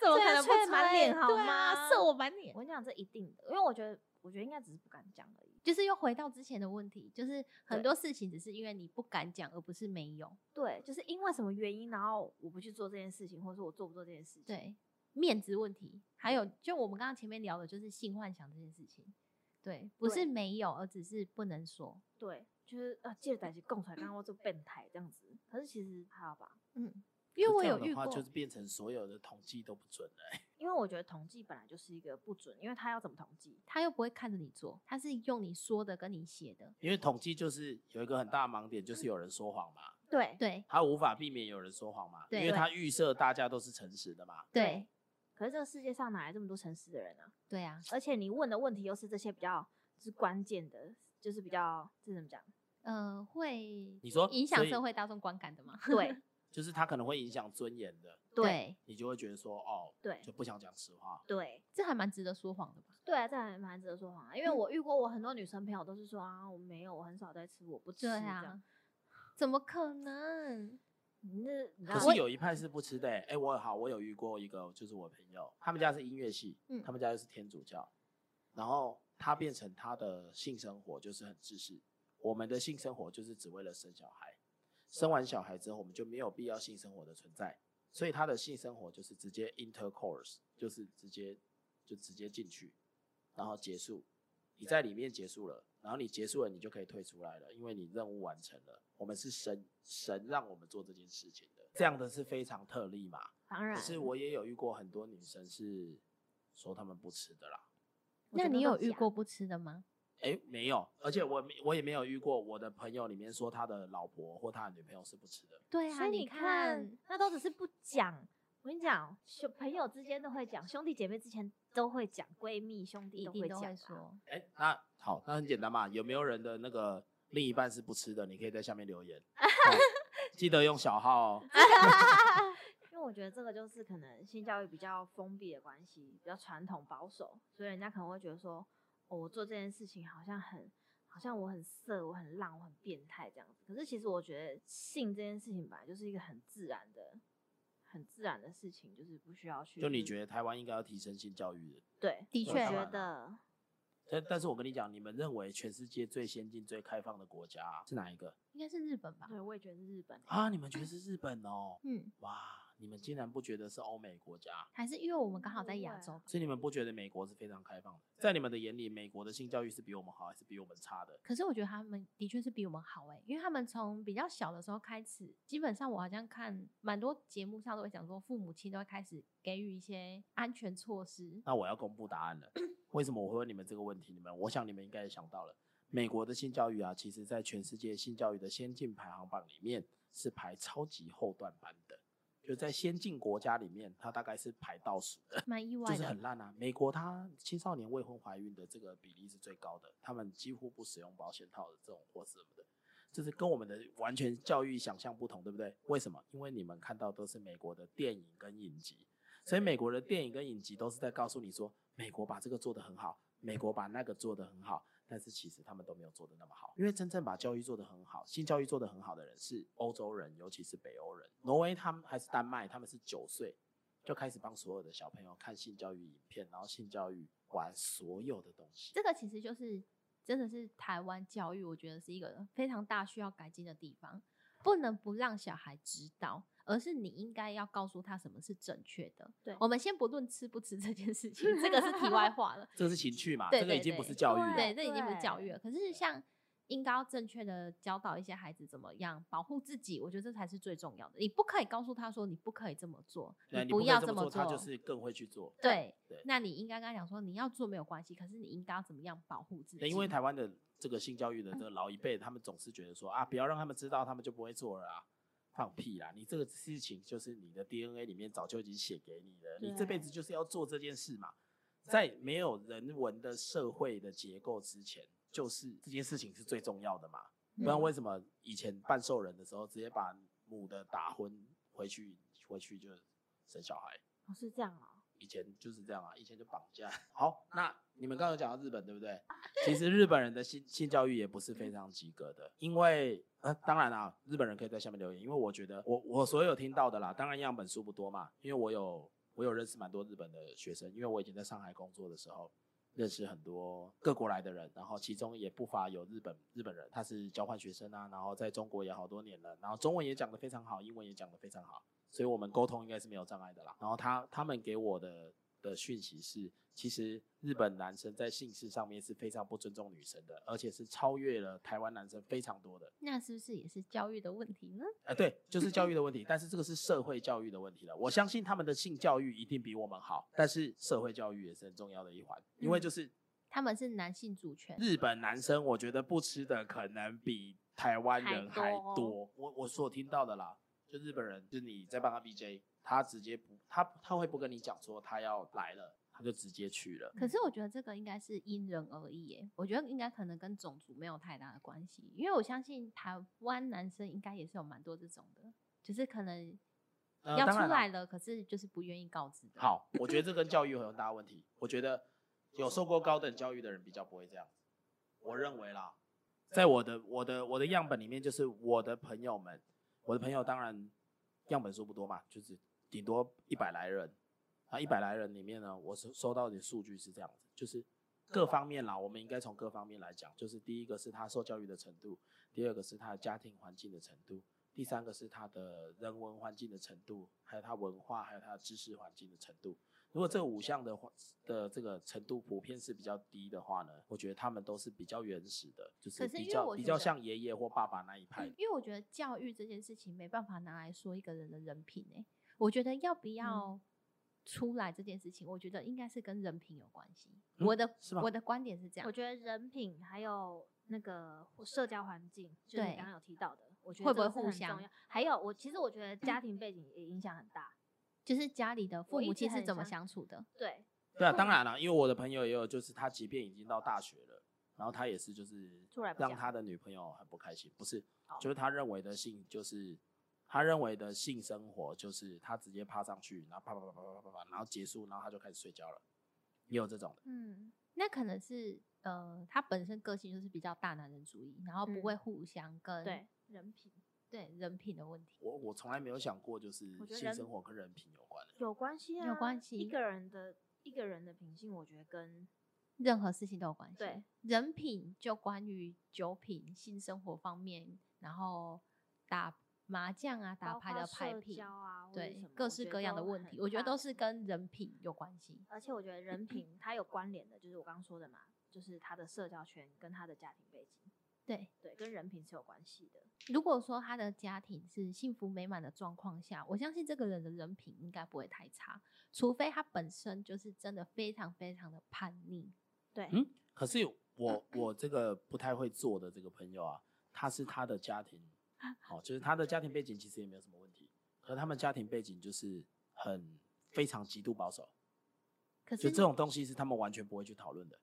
B: 怎么可能不
C: 吹得满脸好
B: 对啊，
C: 吗
B: 射我满脸
C: 我。跟你讲这一定的，因为我觉得我觉得应该只是不敢讲而已，
B: 就是又回到之前的问题，就是很
C: 对
B: 多事情只是因为你不敢讲，而不是没有。
C: 对，就是因为什么原因，然后我不去做这件事情，或者说我做不做这件事情，，
B: 对，面子问题，还有就我们刚刚前面聊的，就是性幻想这件事情。对，不是
C: 对
B: 没有，而只是不能说。
C: 对，就是呃，借胆去供出来，刚刚我做变态这样子，可是其实还好吧，
B: 嗯，因为
A: 可
B: 我
A: 这
B: 有
A: 样的
B: 遇
A: 话，
B: 过
A: 就是变成所有的统计都不准了欸、
C: 因为我觉得统计本来就是一个不准，因为他要怎么统计？
B: 他又不会看着你做，他是用你说的跟你写的，
A: 因为统计就是有一个很大的盲点，就是
B: 嗯
A: 有人说谎嘛，
C: 对
B: 对
A: 他无法避免有人说谎嘛，因
B: 对
A: 为他预设大家都是诚实的嘛。
B: 对
C: 可是这个世界上哪来这么多诚实的人啊？
B: 对啊，
C: 而且你问的问题又是这些比较就是关键的，就是比较这怎么讲？
B: 呃，会
A: 你说
B: 影响
A: 所以
B: 社会大众观感的嘛？
C: 对
A: 就是他可能会影响尊严的，
C: 对
A: 你就会觉得说哦，
C: 对
A: 就不想讲实话。
C: 对
B: 这还蛮值得说谎的吧？
C: 对啊，这还蛮值得说谎啊。因为我遇过我很多女生朋友都是说啊，我没有，我很少在吃，我不吃
B: 对
C: 这样。
B: 啊，怎么可能？
C: 你那你知
A: 可
C: 道
A: 是有一派是不吃的欸、哎、我好，我有遇过一个，就是我朋友，他们家是音乐系，
B: 嗯
A: 他们家又是天主教，然后他变成他的性生活就是很自私，我们的性生活就是只为了生小孩，生完小孩之后我们就没有必要性生活的存在，所以他的性生活就是直接 intercourse，就是直接就直接进去，然后结束，你在里面结束了，然后你结束了，你就可以退出来了，因为你任务完成了。我们是神，神让我们做这件事情的，这样的是非常特例嘛。
C: 当然，
A: 可是我也有遇过很多女生是说她们不吃的啦，
C: 我觉
B: 那
C: 得
B: 你
C: 都
B: 有遇
C: 假
B: 过不吃的吗？
A: 诶，没有，而且我没我也没有遇过我的朋友里面说他的老婆或他的女朋友是不吃的，
B: 对
C: 所
B: 啊，
C: 以你看
B: 看，，
C: 那都只是不讲。我跟你讲，兄朋友之间都会讲，兄弟姐妹之间都会讲，闺蜜兄弟
B: 一
C: 都
B: 定
C: 会
B: 都
C: 讲、
B: 会
C: 啊。
B: 说，
A: 诶，那好，那很简单嘛，有没有人的那个另一半是不吃的？你可以在下面留言，好记得用小号 哦。
C: 因为我觉得这个就是可能性教育比较封闭的关系，比较传统保守，所以人家可能会觉得说，哦，我做这件事情好像很，好像我很色，我很浪，我很变态这样子。可是其实我觉得性这件事情本来就是一个很自然的、很自然的事情，就是不需要去。
A: 就你觉得台湾应该要提升性教育的？
C: 对，
B: 的
C: 我
B: 确
C: 觉得
A: 但但是我跟你讲，你们认为全世界最先进、最开放的国家啊是哪一个
B: 应该是日本吧？
C: 对，我也觉得是日本、欸。
A: 啊？你们觉得是日本哦？
B: 嗯，
A: 哇，你们竟然不觉得是欧美国家，
B: 还是因为我们刚好在
C: 不
B: 亚
C: 会
B: 洲吧，
A: 所以你们不觉得美国是非常开放的？在你们的眼里，美国的性教育是比我们好，还是比我们差的？
B: 可是我觉得他们的确是比我们好哎、因为他们从比较小的时候开始，基本上我好像看蛮多节目上都会讲说，父母亲都会开始给予一些安全措施。
A: 那我要公布答案了。为什么我会问你们这个问题？你们，我想你们应该也想到了，美国的性教育啊，其实在全世界性教育的先进排行榜里面是排超级后段班的，就在先进国家里面，它大概是排倒数的。
B: 蛮意
A: 就
B: 外
A: 是
B: 的
A: 很，烂啊。美国它青少年未婚怀孕的这个比例是最高的，他们几乎不使用保险套的这种或什么的，就是跟我们的完全教育想象不同，对不对？为什么？因为你们看到都是美国的电影跟影集，所以美国的电影跟影集都是在告诉你说，美国把这个做得很好，美国把那个做得很好。但是其实他们都没有做得那么好，因为真正把教育做得很好，性教育做得很好的人是欧洲人，尤其是北欧人。挪威他们还是丹麦，他们是九岁就开始帮所有的小朋友看性教育影片，然后性教育玩所有的东西。
B: 这个其实就是真的是台湾教育，我觉得是一个非常大需要改进的地方，不能不让小孩知道，而是你应该要告诉他什么是正确的。
C: 对
B: 我们先不论吃不吃这件事情，这个是题外 话了。
A: 这个是情趣嘛？
B: 对
A: 这个已
B: 对
A: 经不
B: 对
A: 是教育了。
B: 对，这已经不是教
C: 对
B: 育了。可是像应该要正确的教导一些孩子怎么样保护自己，我觉得这才是最重要的。你不可以告诉他说你不可以这么做，
A: 对啊你
B: 不
A: 可以
B: 要
A: 这
B: 么
A: 做，他就是更会去做。
B: 对
A: 对。
B: 那你应该跟他讲说你要做没有关系，可是你应该要怎么样保护自己？
A: 对，因为台湾的这个性教育的这个老一辈，他们总是觉得说啊，不要让他们知道，他们就不会做了啊。放屁啦！你这个事情就是你的 DNA 里面早就已经写给你了，你这辈
C: 对
A: 子就是要做这件事嘛。在没有人文的社会的结构之前，就是这件事情是最重要的嘛。不然
B: 嗯
A: 为什么以前半兽人的时候，直接把母的打昏回去，回去就生小孩？
C: 哦，是这样啊、
A: 以前就是这样啊，以前就绑架。好，那你们刚刚有讲到日本，对不对？其实日本人的性性教育也不是非常及格的，因为呃，当然啦、日本人可以在下面留言，因为我觉得我我所有听到的啦，当然样本数不多嘛，因为我有我有认识蛮多日本的学生，因为我以前在上海工作的时候。认识很多各国来的人，然后其中也不乏有日本日本人，他是交换学生啊，然后在中国也好多年了，然后中文也讲得非常好，英文也讲得非常好，所以我们沟通应该是没有障碍的啦。然后他他们给我的的讯息是，其实日本男生在性事上面是非常不尊重女生的，而且是超越了台湾男生非常多的。
B: 那是不是也是教育的问题呢？
A: 呃，对，就是教育的问题，但是这个是社会教育的问题了。我相信他们的性教育一定比我们好，但是社会教育也是很重要的一环，因为
B: 嗯
A: 就是
B: 他们是男性主权，
A: 日本男生，我觉得不吃的可能比台湾人还多。
C: 还多
A: 我我所听到的啦，就日本人，就是你在帮他 BJ，他直接不，他他会不跟你讲说他要来了，他就直接去了。
B: 可是我觉得这个应该是因人而异耶，我觉得应该可能跟种族没有太大的关系，因为我相信台湾男生应该也是有蛮多这种的，就是可能
A: 呃
B: 要
A: 当
B: 出
A: 然啦
B: 来了，可是就是不愿意告知的。，
A: 好，我觉得这跟教育有很大问题。我觉得有受过高等教育的人比较不会这样子，我认为啦，在我的我的我的样本里面，就是我的朋友们，我的朋友当然样本数不多嘛，就是顶多一百来人。啊，一百来人里面呢，我收收到的数据是这样子，就是各方面啦，我们应该从各方面来讲，就是第一个是他受教育的程度，第二个是他的家庭环境的程度，第三个是他的人文环境的程度，还有他文化，还有他的知识环境的程度。如果这五项的话的这个程度普遍是比较低的话呢，我觉得他们都是比较原始的，就是
B: 可是因
A: 比
B: 为
A: 较
B: 我
A: 比
B: 觉
A: 较
B: 得
A: 像爷爷或爸爸那一派
B: 嗯，因为我觉得教育这件事情没办法拿来说一个人的人品诶，我觉得要
C: 嗯
B: 不要出来这件事情，我觉得应该是跟人品有关系。
A: 嗯
B: 我的
A: 是吗
B: 我的观点是这样
C: 我，觉得人品还有那个社交环境，就是
B: 对
C: 你刚刚有提到的，我觉得
B: 会不会
C: 这个是
B: 互
C: 很
B: 相
C: 重要。还有我其实我觉得家庭背景也影响很大，
B: 就是家里的父
C: 我一
B: 母
C: 直
B: 亲是
C: 很
B: 怎么
C: 相
B: 相处的。
C: 对，
A: 对啊，当然了，因为我的朋友也有，就是他即便已经到大学了，然后他也是就是
C: 出来不
A: 让
C: 讲
A: 他的女朋友很不开心，不是
C: 哦，
A: 就是他认为的性就是他认为的性生活就是他直接趴上去，然后啪啪啪啪啪啪啪，然后结束，然后他就开始睡觉了，也有这种的，
B: 嗯，那可能是呃，他本身个性就是比较大男人主义，然后不
C: 嗯
B: 会互相跟
C: 对人品
B: 对人品的问题。
A: 我我从来没有想过就是
C: 我觉得
A: 性
C: 人
A: 生活跟人品有关的，
C: 有关系啊，
B: 有关系
C: 一个人的一个人的品性，我觉得跟
B: 任何事情都有关系。
C: 对，
B: 人品就关于酒品、性生活方面，然后打麻将啊、打
C: 包
B: 牌
C: 括
B: 的牌
C: 社
B: 品，
C: 交啊，或者什
B: 对
C: 么
B: 各
C: 我
B: 式
C: 觉得
B: 各样的
C: 都
B: 问
C: 很
B: 题，我觉得
C: 大
B: 都是跟人品有关系。
C: 而且我觉得人品它有关联的，就是我刚刚说的嘛，就是他的社交圈跟他的家庭背景，
B: 对，
C: 对，跟人品是有关系的。
B: 如果说他的家庭是幸福美满的状况下，我相信这个人的人品应该不会太差，除非他本身就是真的非常非常的叛逆。
C: 对，
A: 嗯可是我我这个不太会做的这个朋友啊，他是他的家庭，哦，就是他的家庭背景其实也没有什么问题，可是他们家庭背景就是很非常极度保守。
B: 可
A: 就是这种东西是他们完全不会去讨论的，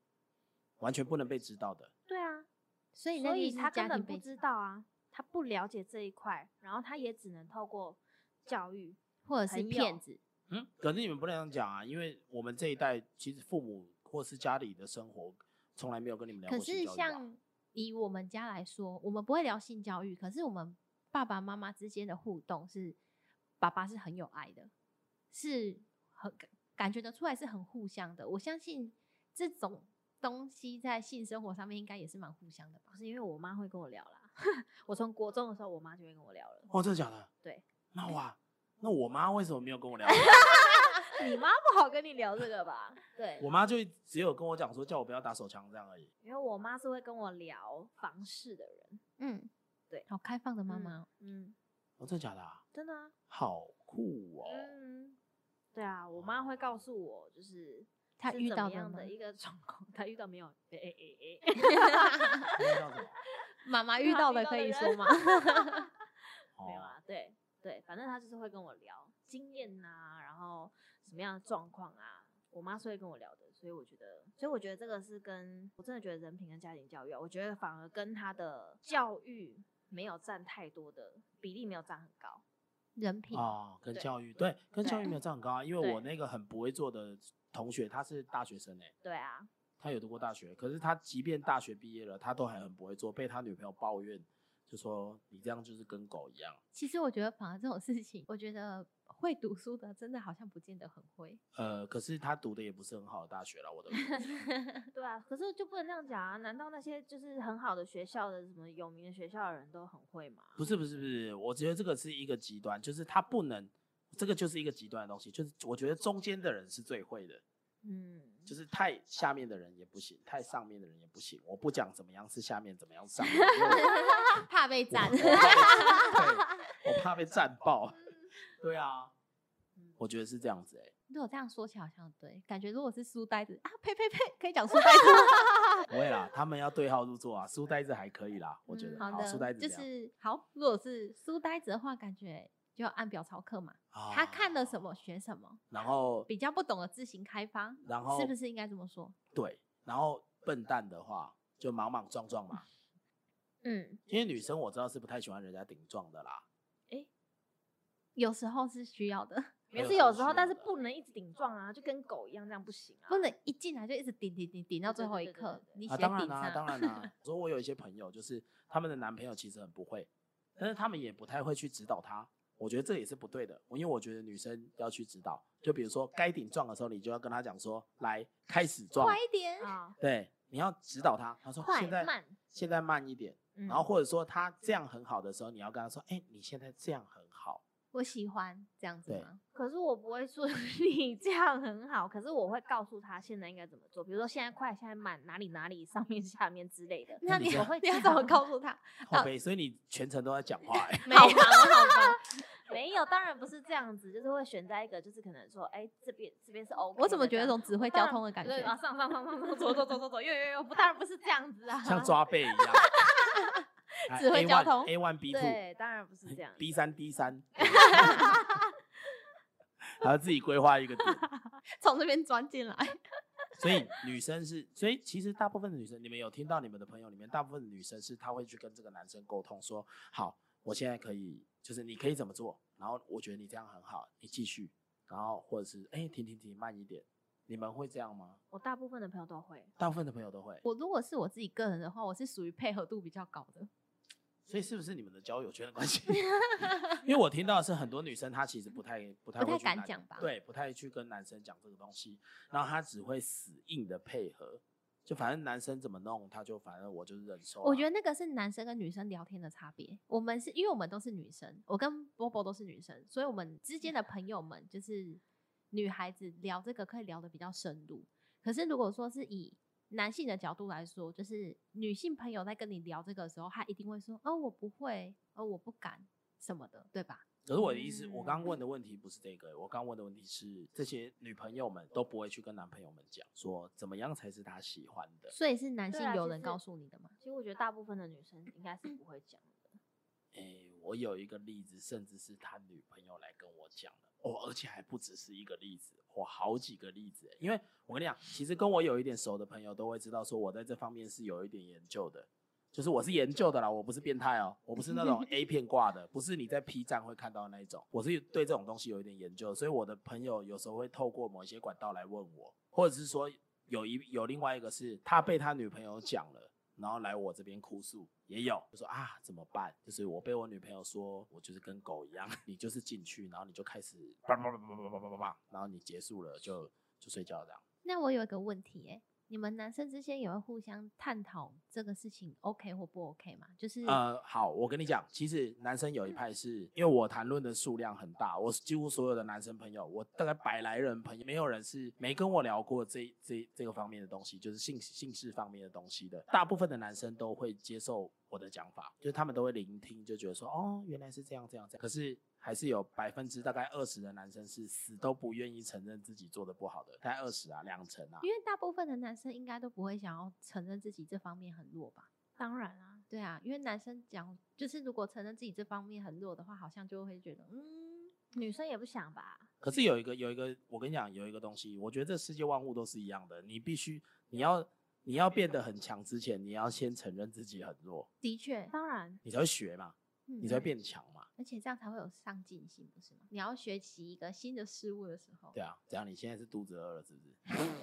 A: 完全不能被知道的。
C: 对啊，
B: 所以那
C: 所
B: 就
C: 以
B: 是
C: 他
B: 家
C: 根本
B: 庭
C: 不
B: 背
C: 知
B: 景
C: 道啊，他不了解这一块，然后他也只能透过教育，
B: 或者是
C: 朋
B: 骗
C: 友
B: 子，
A: 嗯，可是你们不能这样讲啊，因为我们这一代其实父母或是家里的生活从来没有跟你们聊
B: 可
A: 过性
B: 是
A: 教育吧啊
B: 像以我们家来说，我们不会聊性教育，可是我们爸爸妈妈之间的互动是，爸爸是很有爱的，是很感感觉得出来是很互相的。我相信这种东西在性生活上面应该也是蛮互相的吧
C: 不。是因为我妈会跟我聊啦。 我从国中的时候，我妈就会跟我聊了。
A: 哦，真的假的？
C: 对。
A: 那哇，那我妈为什么没有跟我聊？
C: 你妈不好跟你聊这个吧？对，
A: 我妈就只有跟我讲说叫我不要打手枪这样而已。
C: 因为我妈是会跟我聊房事的人。
B: 嗯，
C: 对
B: 好开放的妈妈 哦。
C: 嗯，
A: 哦，真的假的、啊？
C: 真的啊。
A: 好酷哦！
C: 嗯，对啊，我妈会告诉我，就是
B: 她
C: 是
B: 遇
C: 怎
B: 到
C: 么
B: 的
C: 样
B: 吗
C: 的一个状况， 她遇到没有？诶诶 诶诶，
A: 你知道什么？
B: 妈妈遇
C: 她
B: 到
C: 遇
B: 的
C: 到
B: 可
C: 的
B: 以
C: 人
B: 说吗？
A: 哦
C: 没有啊，对对，反正她就是会跟我聊经验呐、然后什么样的状况啊，我妈是会跟我聊的，所以我觉得，所以我觉得这个是跟我真的觉得人品跟家庭教育啊，我觉得反而跟她的教育没有占太多的比例，没有占很高。
B: 人品
A: 哦，跟
C: 对
A: 教育对，跟
C: 对
A: 教育没有这样很高啊，因为
C: 对
A: 我那个很不会做的同学，他是大学生哎、
C: 对啊，
A: 他有读过大学，可是他即便大学毕业了，他都还很不会做，被他女朋友抱怨，就说你这样就是跟狗一样。
B: 其实我觉得反而这种事情，我觉得会读书的真的好像不见得很会。
A: 呃，可是他读的也不是很好的大学了，我的
C: 对啊，可是就不能这样讲啊？难道那些就是很好的学校的什么有名的学校的人都很会吗？
A: 不是不是不是，我觉得这个是一个极端，就是他不能，这个就是一个极端的东西，就是我觉得中间的人是最会的，
C: 嗯，
A: 就是太下面的人也不行，太上面的人也不行。我不讲怎么样是下面，怎么样是上面，因为
B: 怕被
A: 我
B: 赞
A: 我。怕被 对我怕被战爆。对啊，我觉得是这样子哎、
B: 如果这样说起来好像对，感觉如果是书呆子啊，呸呸呸，可以讲书呆 子吗。
A: 不会啦，他们要对号入座啊，书呆子还可以啦，我觉得。
B: 嗯
A: 好，书呆
B: 的，
A: 子
B: 就
A: 这样
B: 是好。如果是书呆子的话，感觉就要按表操课嘛，他看了什
A: 啊
B: 么学什么，
A: 然后
B: 比较不懂的自行开发，
A: 然后
B: 是不是应该这么说？
A: 对，然后笨蛋的话就莽莽撞撞嘛，
C: 嗯，
A: 因为女生我知道是不太喜欢人家顶撞的啦。
B: 有时候是需要的，
A: 没
C: 也
A: 有
C: 是
A: 很
C: 有时
A: 需
C: 候，
A: 要
C: 但是
A: 的
C: 不能一直顶撞啊，就跟狗一样，这样不行啊，
B: 不能一进来就一直顶顶顶顶到
C: 对
B: 最
C: 对
B: 后
C: 对
B: 一
C: 对
B: 刻，
C: 对
B: 你
A: 啊，
B: 写
A: 当然
B: 顶
A: 啦、当
B: 上。
A: 然啦、我说我有一些朋友，就是他们的男朋友其实很不会，但是他们也不太会去指导他。我觉得这也是不对的，我因为我觉得女生要去指导，就比如说该顶撞的时候，你就要跟他讲说，来开始撞
B: 快，一点，
C: 啊，
A: 对，你要指导他。他说
C: 快
A: 现在
C: 慢，嗯
A: 现在慢一点，
C: 然
A: 然后或者说他这样很好的时候，你要跟他说，哎、你现在这样很好。
B: 我喜欢这样子
A: 对
B: 吗？
C: 可是我不会说 你这样很好，可是我会告诉他现在应该怎么做，比如说现在快，现在慢，哪里哪里，上面 下面之类的。
A: 那
B: 那
A: 你
B: 你
A: 这
B: 我
A: 样
B: 会你要怎么告诉他？
A: 靠背，所以你全程都在讲话、欸，
B: 没有，
C: 没有，当然不是这样子，就是会选在一个，就是可能说，哎、这边这边是 OK 的这样。
B: 我怎么觉得有种指挥交
C: 当然
B: 通的感
C: 对
B: 觉？
C: 啊，上上上上上，走走走走走，右右右，不，当然不是这样 子啊。
A: 像抓背一样。哎
B: 指挥交通
A: A one B two
C: 对，当然不是这样
A: B 三 D 三，还要自己规划一个点。
B: 从这边钻进来，
A: 所以女生是，所以其实大部分的女生，你们有听到你们的朋友里面，大部分的女生是她会去跟这个男生沟通说，好，我现在可以，就是你可以怎么做，然后我觉得你这样很好，你继续，然后或者是哎、停停停，慢一点，你们会这样吗？
C: 我大部分的朋友都会，
A: 大部分的朋友都会，
B: 我如果是我自己个人的话，我是属于配合度比较高的。
A: 所以是不是你们的交友圈的关系？ 因为我听到的是很多女生她其实不太不太
B: 不太
A: 会去
B: 敢
A: 男
B: 讲吧
A: 对，不太去跟男生讲这个东西，然后她只会死硬的配合，就反正男生怎么弄，她就反正我就是忍受啊、
B: 我觉得那个是男生跟女生聊天的差别。我们是因为我们都是女生，我跟波波都是女生，所以我们之间的朋友们就是女孩子聊这个可以聊得比较深入。可是如果说是以男性的角度来说，就是女性朋友在跟你聊这个的时候，她一定会说：“哦，我不会，哦，我不敢什么的，对吧
A: 可是我的意思，我刚
C: 嗯
A: 问的问题不是这个欸、我刚问的问题是这些女朋友们都不会去跟男朋友们讲说怎么样才是她喜欢？”的，
B: 所以是男
C: 对
B: 性
C: 啊
B: 有
C: 其
B: 人
C: 实
B: 告诉你的吗？
C: 其实我觉得大部分的女生应该是不会讲的。
A: 哎、我有一个例子，甚至是他女朋友来跟我讲的，哦，而且还不只是一个例子，我好几个例子欸。因为我跟你讲，其实跟我有一点熟的朋友都会知道，说我在这方面是有一点研究的，就是我是研究的啦，我不是变态哦，我不是那种 A 片挂的，不是你在 P 站会看到的那一种，我是对这种东西有一点研究，所以我的朋友有时候会透过某一些管道来问我，或者是说有一有另外一个是他被他女朋友讲了。然后来我这边哭诉，也有就说啊怎么办？就是我被我女朋友说我就是跟狗一样，你就是进去，然后你就开始叭叭叭叭叭叭叭叭叭，然后你结束了就就睡觉这样。
B: 那我有一个问题、欸，你们男生之间也会互相探讨这个事情 OK 或不 OK 吗？就是
A: 呃，好，我跟你讲，其实男生有一派是因为我谈论的数量很大，我几乎所有的男生朋友，我大概百来人朋友，没有人是没跟我聊过这这这个方面的东西，就是性性事方面的东西的。大部分的男生都会接受我的讲法，就是他们都会聆听，就觉得说哦，原来是这样这样这样。可是还是有百分之大概二十的男生是死都不愿意承认自己做的不好的，大概二十啊，两成啊。
B: 因为大部分的男生应该都不会想要承认自己这方面很弱吧？
C: 当然啊，
B: 对啊，因为男生讲就是如果承认自己这方面很弱的话，好像就会觉得嗯，
C: 女生也不想吧？
A: 可是有一个有一个，我跟你讲，有一个东西，我觉得这世界万物都是一样的，你必须你要你要变得很强之前，你要先承认自己很弱，
B: 的确，
C: 当然，
A: 你才会学嘛，
B: 你
A: 你才会，变强嘛。
B: 而且这样才会有上进心，不是吗？你要学习一个新的事物的时候，
A: 对啊，怎样？你现在是肚子饿了是不是？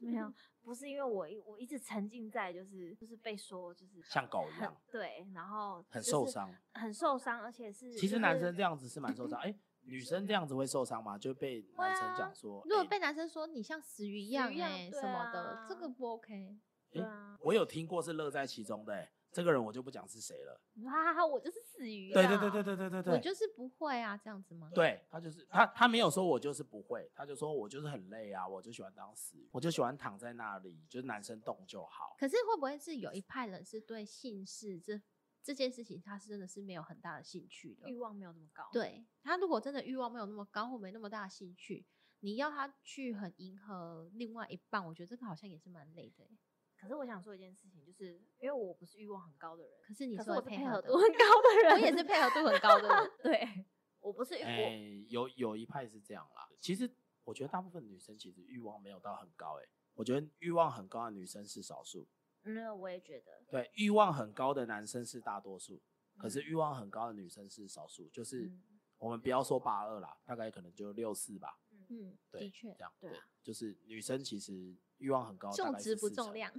C: 没有，不是因为我一我一直沉浸在就是就是被说就是
A: 像狗一
C: 很
A: 样，
C: 对，然后
A: 很
C: 就是
A: 受伤。
C: 很受伤，而且是
A: 其
C: 就
A: 实男
C: 是
A: 生这样子是蛮受伤，哎、女生这样子会受伤吗？就被男生讲说，哎
B: 如果
A: 诶
B: 被男生说你像死鱼一样
C: 一样
B: 哎、
C: 对
B: 什么的，这
C: 啊
B: 个不 OK。
C: 对啊，
A: 我有听过是乐在其中的、欸，这个人我就不讲是谁了。
B: 你说哈哈哈，我就是死鱼啊，
A: 对对对对对对对
B: 我
A: 对，
B: 就是不会啊，这样子吗？，
A: 对他就是他他没有说我就是不会，他就说我就是很累啊，我就喜欢当死鱼，我就喜欢躺在那里，就是男生动就好。
B: 可是会不会是有一派人是对姓氏这这件事情，他是真的是没有很大的兴趣的？
C: 欲望没有那么高。，
B: 对他如果真的欲望没有那么高，或没那么大的兴趣，你要他去很迎合另外一半，我觉得这个好像也是蛮累的欸。
C: 可是我想说一件事情，就是因为我不是欲望很高的人，
B: 可是你
C: 可
B: 是
C: 是我
B: 会
C: 是
B: 配
C: 配合
B: 的
C: 度很高的人，。
B: 我也是配合度很高的人
C: 对，我不是欲
A: 哎、
C: 我
A: 有有一派是这样啦。其实我觉得大部分女生其实欲望没有到很高、欸，我觉得欲望很高的女生是少数，
C: 嗯，我也觉得，
A: 对，欲望很高的男生是大多数，可是
C: 嗯
A: 欲望很高的女生是少数，就是
C: 嗯
A: 我们不要说八二啦，大概可能就六四吧，
C: 嗯，
B: 嗯，
A: 对
B: 的确
A: 这，样
C: 对
A: 对
C: 啊，
A: 就是女生其实欲望很高，大
B: 重
A: 概
B: 质
A: 是
B: 不
A: 40
B: 重
A: 成
B: 量，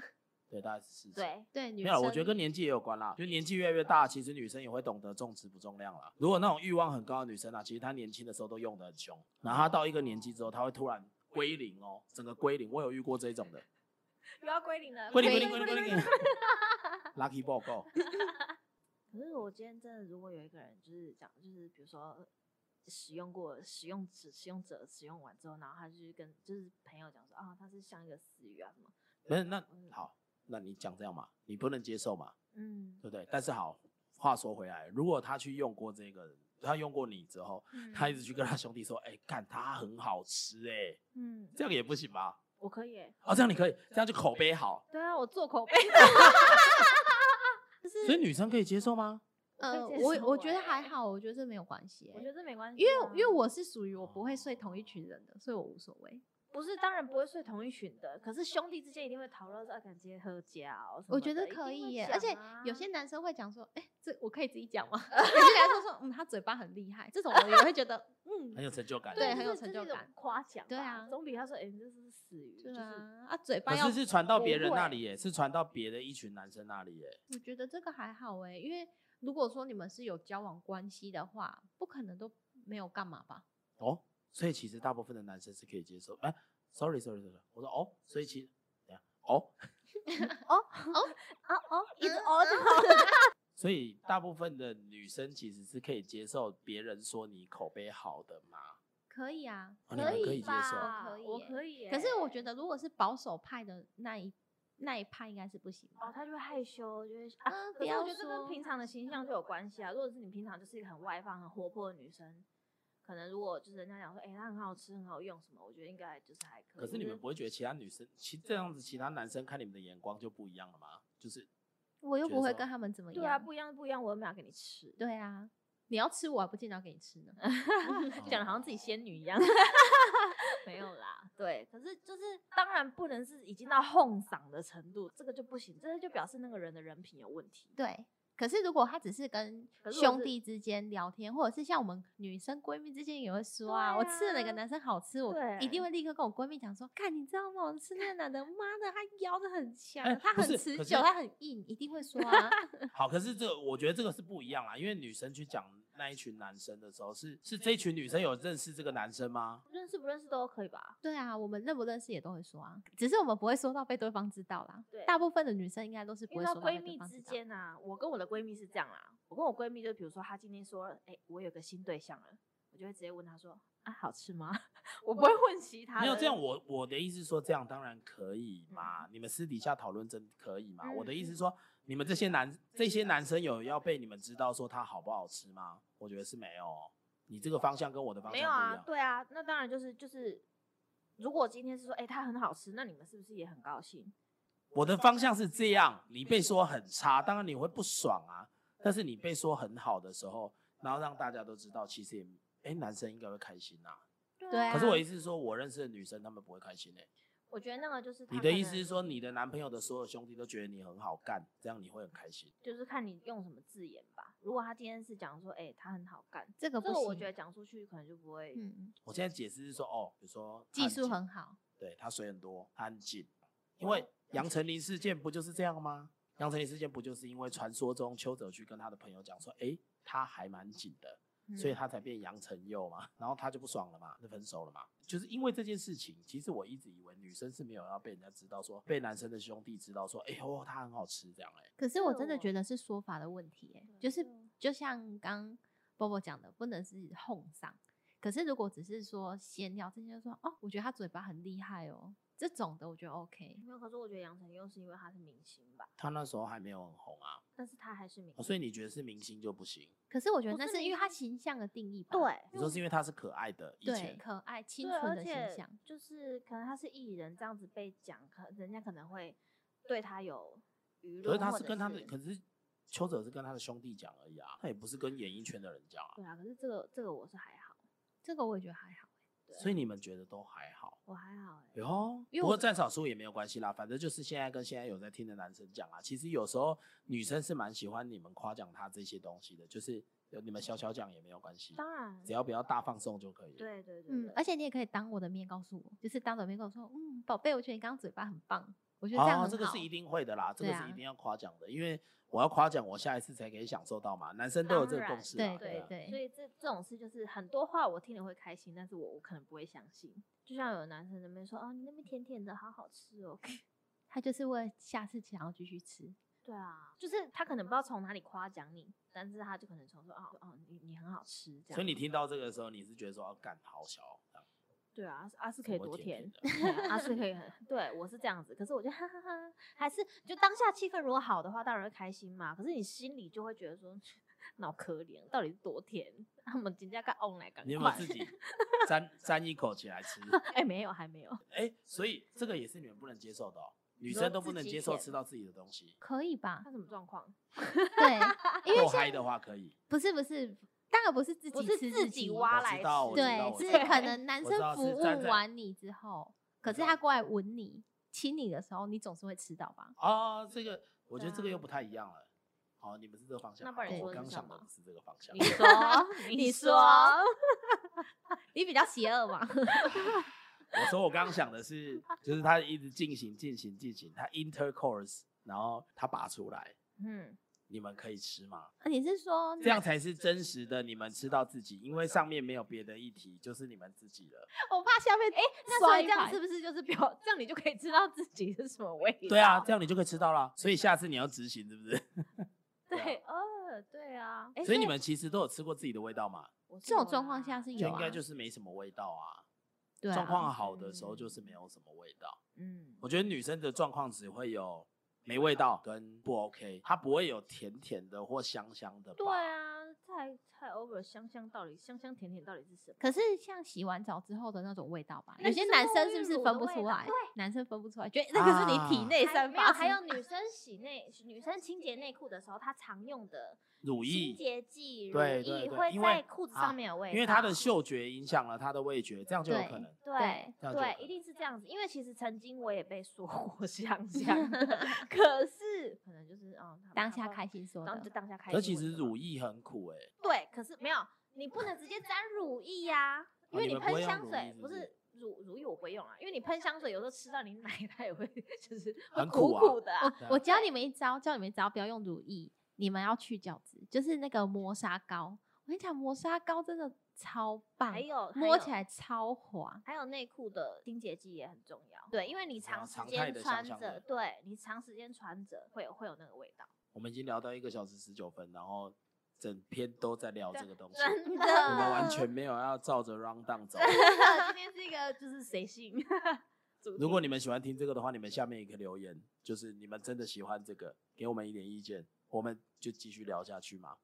A: 对，大概是四。
C: 对，
B: 对女
A: 没有啦，
B: 生，
A: 我觉得跟年纪也有关啦，就年纪越来越大，其实女生也会懂得重质不重量啦。如果那种欲望很高的女生啊，其实她年轻的时候都用得很凶，然后她到一个年纪之后，她会突然归零哦，整个归零。我有遇过这种的，
C: 又要呃归零了，
A: 归零
B: 归
A: 归零归零归零。Lucky 报告，
C: 可是我今天真的，如果有一个人就是讲，就是比如说使用过使用者使用者使用完之后，然后他就是跟就是朋友讲说啊，他是像一个死鱼啊什么，
A: 不是那好，那你讲这样嘛，你不能接受嘛，
C: 嗯
A: 对，不对？但是好，话说回来，如果她去用过这个，她用过你之后，她一直去跟她兄弟说，哎、干它很好吃哎、
C: 嗯，
A: 这样也不行吧？
C: 我可以耶，
A: 哦，这样你可以，这样就口碑好。
C: 对啊，我做口碑，
A: 所以女生可以接受吗？
B: 呃，
C: 我可以接
B: 我
C: 受
B: 我觉得还
C: 欸
B: 好，我觉得这没有关系欸、
C: 我觉得这没关系
B: 因
C: 啊、
B: 为因为我是属于我不会睡
A: 哦
B: 同一群人的，所以我无所谓。
C: 不是当然不会睡同一群的，可是兄弟之间一定会讨论说啊，感觉喝家哦什么的，
B: 我觉得
C: 一
B: 可
C: 定会
B: 以耶，
C: 讲
B: 而且
C: 啊
B: 有些男生会讲说，哎、这我可以自己讲 吗？有些男生说，嗯，他嘴巴很厉害，这种我也会觉得，
A: 很
B: 嗯，
A: 有成就感。
B: 对
C: 就
B: 很有
C: 是
B: 成
C: 这是
B: 就
C: 一种
B: 感
C: 夸奖吧，
B: 对啊
C: 总比他说哎，你这是死鱼，
B: 对
C: 就是
B: 啊，啊，嘴
A: 可
B: 巴要
A: 是，是传到别人
C: 不
A: 那
C: 会
A: 里耶，是传到别的一群男生那里耶。
B: 我觉得这个还好哎，因为如果说你们是有交往关系的话，不可能都没有干嘛吧？
A: 哦，所以其实大部分的男生是可以接受。哎，sorry sorry sorry，我说哦，所以其实等一下哦，
C: 哦 哦，一直
B: 嗯
C: 哦着。
A: 所以大部分的女生其实是可以接受别人说你口碑好的嘛。
B: 可以啊，
A: 哦你们可以接
C: 吧
B: 受
C: 我
B: 我
C: 可
B: 可
C: 以耶。
B: 可是我觉得如果是保守派的那一那一派，应该是不行吧
C: 哦，他就会害羞，就会啊。
B: 嗯
C: 可
B: 不
C: 是我
B: 要
C: 觉得这跟
B: 说
C: 平常的形象就有关系啊。如果是你平常就是一个很外放、很活泼的女生，可能如果就是人家讲说，哎、她很好吃、很好用什么，我觉得应该就是还可以。
A: 可是你
B: 嗯
A: 们不会觉得其他女生，其这样子其他男生看你们的眼光就不一样了吗？就是
B: 我又
A: 觉
B: 不
A: 得
B: 会
A: 说
B: 跟他们怎么样。
C: 对啊，不一样不一样，我又没有给你吃，
B: 对啊，你要吃我还不见得要给你吃呢。
C: 讲的好像自己仙女一样。 没有啦，哦对，可是就是当然不能是已经到哄嗓的程度，这个就不行，这个就表示那个人的人品有问题。
B: 对，可是如果他只是跟
C: 可是我
B: 兄
C: 是
B: 弟之间聊天，或者是像我们女生闺蜜之间也会说啊，
C: 对
B: 我吃了哪
C: 啊
B: 个男生好吃，我一
C: 对
B: 定会立刻跟我闺蜜讲说，看你知道吗？我吃那个男的，妈的，他腰的 很强，
A: 哎
B: 他
A: 不
B: 很
A: 是
B: 持
A: 可
B: 久，
A: 是
B: 他很硬，一定会说啊。
A: 好，可是这我觉得这个是不一样啦，因为女生去讲那一群男生的时候，是是这一群女生有认识这个男生吗？
C: 认识不认识都可以吧？
B: 对啊，我们认不认识也都会说啊，只是我们不会说到被对方知道啦
C: 对。
B: 大部分的女生应该都是不
C: 因
B: 会
C: 为
B: 说
C: 到
B: 到被
C: 闺
B: 对
C: 蜜
B: 方
C: 之
B: 知道。
C: 间啊，我跟我的闺蜜是这样啦。我跟我闺蜜就比如说，她今天说，哎、我有个新对象了，我就会直接问她说，啊，好吃吗？ 我不会问其他的。嗯
A: 没有这样，我我的意思是说，这样当然可以嘛，你们私底下讨论真可以嘛。我的意思是说，你们这些男这些男生有要被你们知道说他好不好吃吗？我觉得是没有哦，你这个方向跟我的方
C: 没
A: 向不一
C: 有啊，
A: 样。
C: 对啊，那当然就是就是，如果今天是说，哎、它很好吃，那你们是不是也很高兴？
A: 我的方向是这样，你被说很差，当然你会不爽啊。但是你被说很好的时候，然后让大家都知道，其实也哎、男生应该会开心呐、
B: 对啊
A: 可是我意思是说，我认识的女生她们不会开心哎、
C: 我觉得那个就是她
A: 你的
C: 可
A: 意思
C: 能
A: 是说，你的男朋友的所有兄弟都觉得你很好干，这样你会很开心。
C: 就是看你用什么字眼吧。如果她今天是讲说，哎、她很好干，
B: 这个
C: 这
B: 不
C: 个
B: 行，
C: 我觉得讲出去可能就不会。
B: 嗯，
A: 我现在解释是说，哦，比如说他
B: 技术
A: 静
B: 很好，哦
A: 对他水很多，他很紧。因为杨丞琳事件不就是这样吗？杨丞琳事件不就是因为传说中邱泽去跟他的朋友讲说，诶，他还蛮紧的，
B: 嗯
A: 所以他才变杨承佑嘛，然后他就不爽了嘛，就分手了嘛。就是因为这件事情，其实我一直以为女生是没有要被人家知道说，被男生的兄弟知道说，哎呦，他很好吃这样哎、
B: 可是
C: 这
B: 我真的
C: 我
B: 觉得是说法的问题、欸，就是
C: 嗯
B: 就像刚波波讲的，不能是哄上。可是如果只是说闲聊，这些就说哦，我觉得他嘴巴很厉害哦，这种的我觉得 OK。
C: 没有，可是我觉得杨丞佑是因为他是明星吧，
A: 他那时候还没有很红啊、
C: 但是他还是明星，
A: 哦所以你觉得是明星就不行？
B: 可是我觉得
C: 不
B: 那
C: 是
B: 是因
C: 明
B: 为他
C: 星
B: 形象的定义吧，
C: 对。
A: 你说是因为他是可爱的，以
B: 对，
A: 前
B: 可爱清
C: 对，
B: 纯
C: 而
B: 的
C: 且
B: 形象。
C: 就是可能他是艺人，这样子被讲，可人家可能会对他有舆论。
A: 可是他
C: 或
A: 是
C: 者
A: 跟他的，可是邱泽是跟他的兄弟讲而已啊，他也不是跟演艺圈的人讲啊，
C: 对啊，可是这个这个我是还好，
B: 这个我也觉得还好，
C: 对
A: 所以你们觉得都还好。
C: 我还好哎、
A: 哟，
B: 因为
A: 不过
B: 我
A: 占少数也没有关系啦，反正就是现在跟现在有在听的男生讲啊，其实有时候女生是蛮喜欢你们夸奖她这些东西的，就是有你们小小讲也没有关系，
C: 当然，
A: 只要不要大放送就可以。，
C: 对对对对，
B: 嗯，而且你也可以当我的面告诉我，就是当着面跟我说，嗯，宝贝，我觉得你刚刚嘴巴很棒，我觉得这样
A: 哦
B: 很，好。
A: 这个是一定会的啦，这
B: 对
A: 个
B: 啊
A: 是一定要夸奖的，因为我要夸奖，我下一次才可以享受到嘛，男生都有这个
C: 当然
A: 共识嘛，
B: 对
A: 啊
B: 对
C: 所以这这种事就是很多话我听了会开心，但是我我可能不会相信。就像有男生在那边说，哦，你那边甜甜的，好好吃哦。
B: 他就是为了下次想要继续吃。
C: 对啊，就是他可能不知道从哪里夸奖你，但是他就可能从说，哦哦，你你很好吃这样。
A: 所以你听到这个的时候，你是觉得说，哦，干好小哦，这样
C: 对啊，阿是可以
A: 怎么
C: 多
A: 会甜
C: 甜，对啊阿是可以很，对我是这样子。可是我觉得哈哈哈，还是就当下气氛如果好的话，当然会开心嘛。可是你心里就会觉得说， 脑可怜，到底是多甜？ 他们人家该 on 来赶
A: 你有没有
C: 快
A: 自？己 沾沾一口起来吃？
C: 哎，没有，还没有。
A: 哎、所以这个也是你们不能接受的哦，女
C: 说
A: 生都不
C: 自
A: 能
C: 己
A: 接受
C: 舔
A: 吃到自己的东西。
B: 可以 吧
C: 他？什么状况？
B: 对，因为
A: 够
B: 像
A: 嗨的话可以，
B: 不是不是，当然不是自己
C: 我是
B: 吃
C: 自
B: 己
C: 己，挖
A: 我知
C: 来吃
A: 道我知道
B: 对，
A: 我知
B: 是
A: 道
B: 可能男
A: 我知道
B: 生
A: 是
B: 服务
A: 站在
B: 完你之后，可
A: 知
B: 是
A: 道
B: 他过来吻你、亲你的时候，你总是会吃到吧？，
A: 啊，这个我觉得
C: 对啊
A: 这个又不太一样了。好，你们是这个方向，
C: 那不然
A: 好
C: 你
A: 我
C: 说
A: 刚
C: 是
A: 想
C: 什
A: 的
C: 么
A: 不是这 个方向
C: 你。说
B: 你说你比较邪恶嘛？
A: 我说我刚刚想的是，就是他一直进行进行进行，他 intercourse，然后他拔出来，
C: 嗯，
A: 你们可以吃吗？
B: 你是说
A: 这样
B: 男？
A: 才是真实的，你们吃到自己，因为上面没有别的议题，就是你们自己了。
B: 我怕下面哎，
C: 那所
B: 所
C: 以
B: 以
C: 这
B: 这样
C: 样是
B: 是
C: 不是就是表？这样你就可以知道 自己是什么味道？
A: 对啊，这样你就可以吃到啦。所以下次你要执行，是不 是？
C: 对，哦，对啊。哎
A: 啊所以你们其实都有吃过自己的味道嘛？
C: 我是
B: 这种
C: 有
B: 状况
C: 啦
B: 下是
A: 就
B: 有
A: 应该
B: 啊
A: 就是没什么味道啊。
B: 对
A: 状
B: 啊，
A: 况好的时候就是没有什么味道。
C: 嗯，
A: 我觉得女生的状况只会有没味道跟不 OK，它不会有甜甜的或香香的吧。
C: 对啊，太太 over 香香到底香香甜甜到底是什么？
B: 可是像洗完澡之后的那种味道吧，
C: 那
B: 有些
C: 是
B: 男
C: 沐
B: 生
C: 浴
B: 是不是
C: 乳
B: 分
C: 的
B: 不
C: 味
B: 出
C: 道
B: 来
C: 对？
B: 男生分不出来，觉得那个是你体
A: 啊
B: 内
C: 还
B: 散
C: 没有，
B: 发
C: 还
B: 出
C: 有女生洗内女生清洁内裤的时候，她常用的
A: 乳
C: 清
A: 液，
C: 洁剂乳
A: 对对
C: 液
A: 对
C: 会
A: 因
C: 在
A: 为
C: 裤子
A: 啊
C: 上面有味道，
A: 因为她的嗅觉影响了她的味觉，这样就有可能。
C: 对
A: 这样就有
C: 对
A: 可，
C: 一
A: 能
C: 定是这样子。因为其实曾经我也被说 过香香的，可是可能就是哦，他
B: 当
C: 他
B: 下
C: 不
B: 开心说
C: 然后就
B: 的，
C: 当下开
A: 可
C: 心。
A: 其实乳液很苦哎、
C: 对，可是没有，你不能直接沾乳液呀、因为
A: 啊你们不
C: 喷
A: 会用
C: 香
A: 乳
C: 水
A: 液是
C: 不
A: 不是
C: 是乳乳液我不会用啊，因为你喷香水有时候吃到你奶，它也会 就是会
A: 很
C: 苦
A: 苦啊
C: 的、啊。
B: 我我教你们一招，教你们一招，不要用乳液，你们要去角质，就是那个磨砂膏。我跟你讲，磨砂膏真的超棒
C: 还，有还
B: 摸
C: 有
B: 起来超滑。
C: 还有内裤的清洁剂也很重要，对，因为你
A: 然后
C: 长时
A: 常态
C: 间
A: 的
C: 穿
A: 香
C: 着，
A: 香的
C: 对你长时间穿着会有会有那个味道，
A: 我们已经聊到一个小时十九分，然后整篇都在聊这个东西，
C: 真 的，
A: 我们完全没有要照着 round down 走。
C: 今天是一个就是随 性主题。
A: 如果你们喜欢听这个的话，你们下面也可以留言，就是你们真的喜欢这个，给我们一点意见，我们就继续聊下去嘛。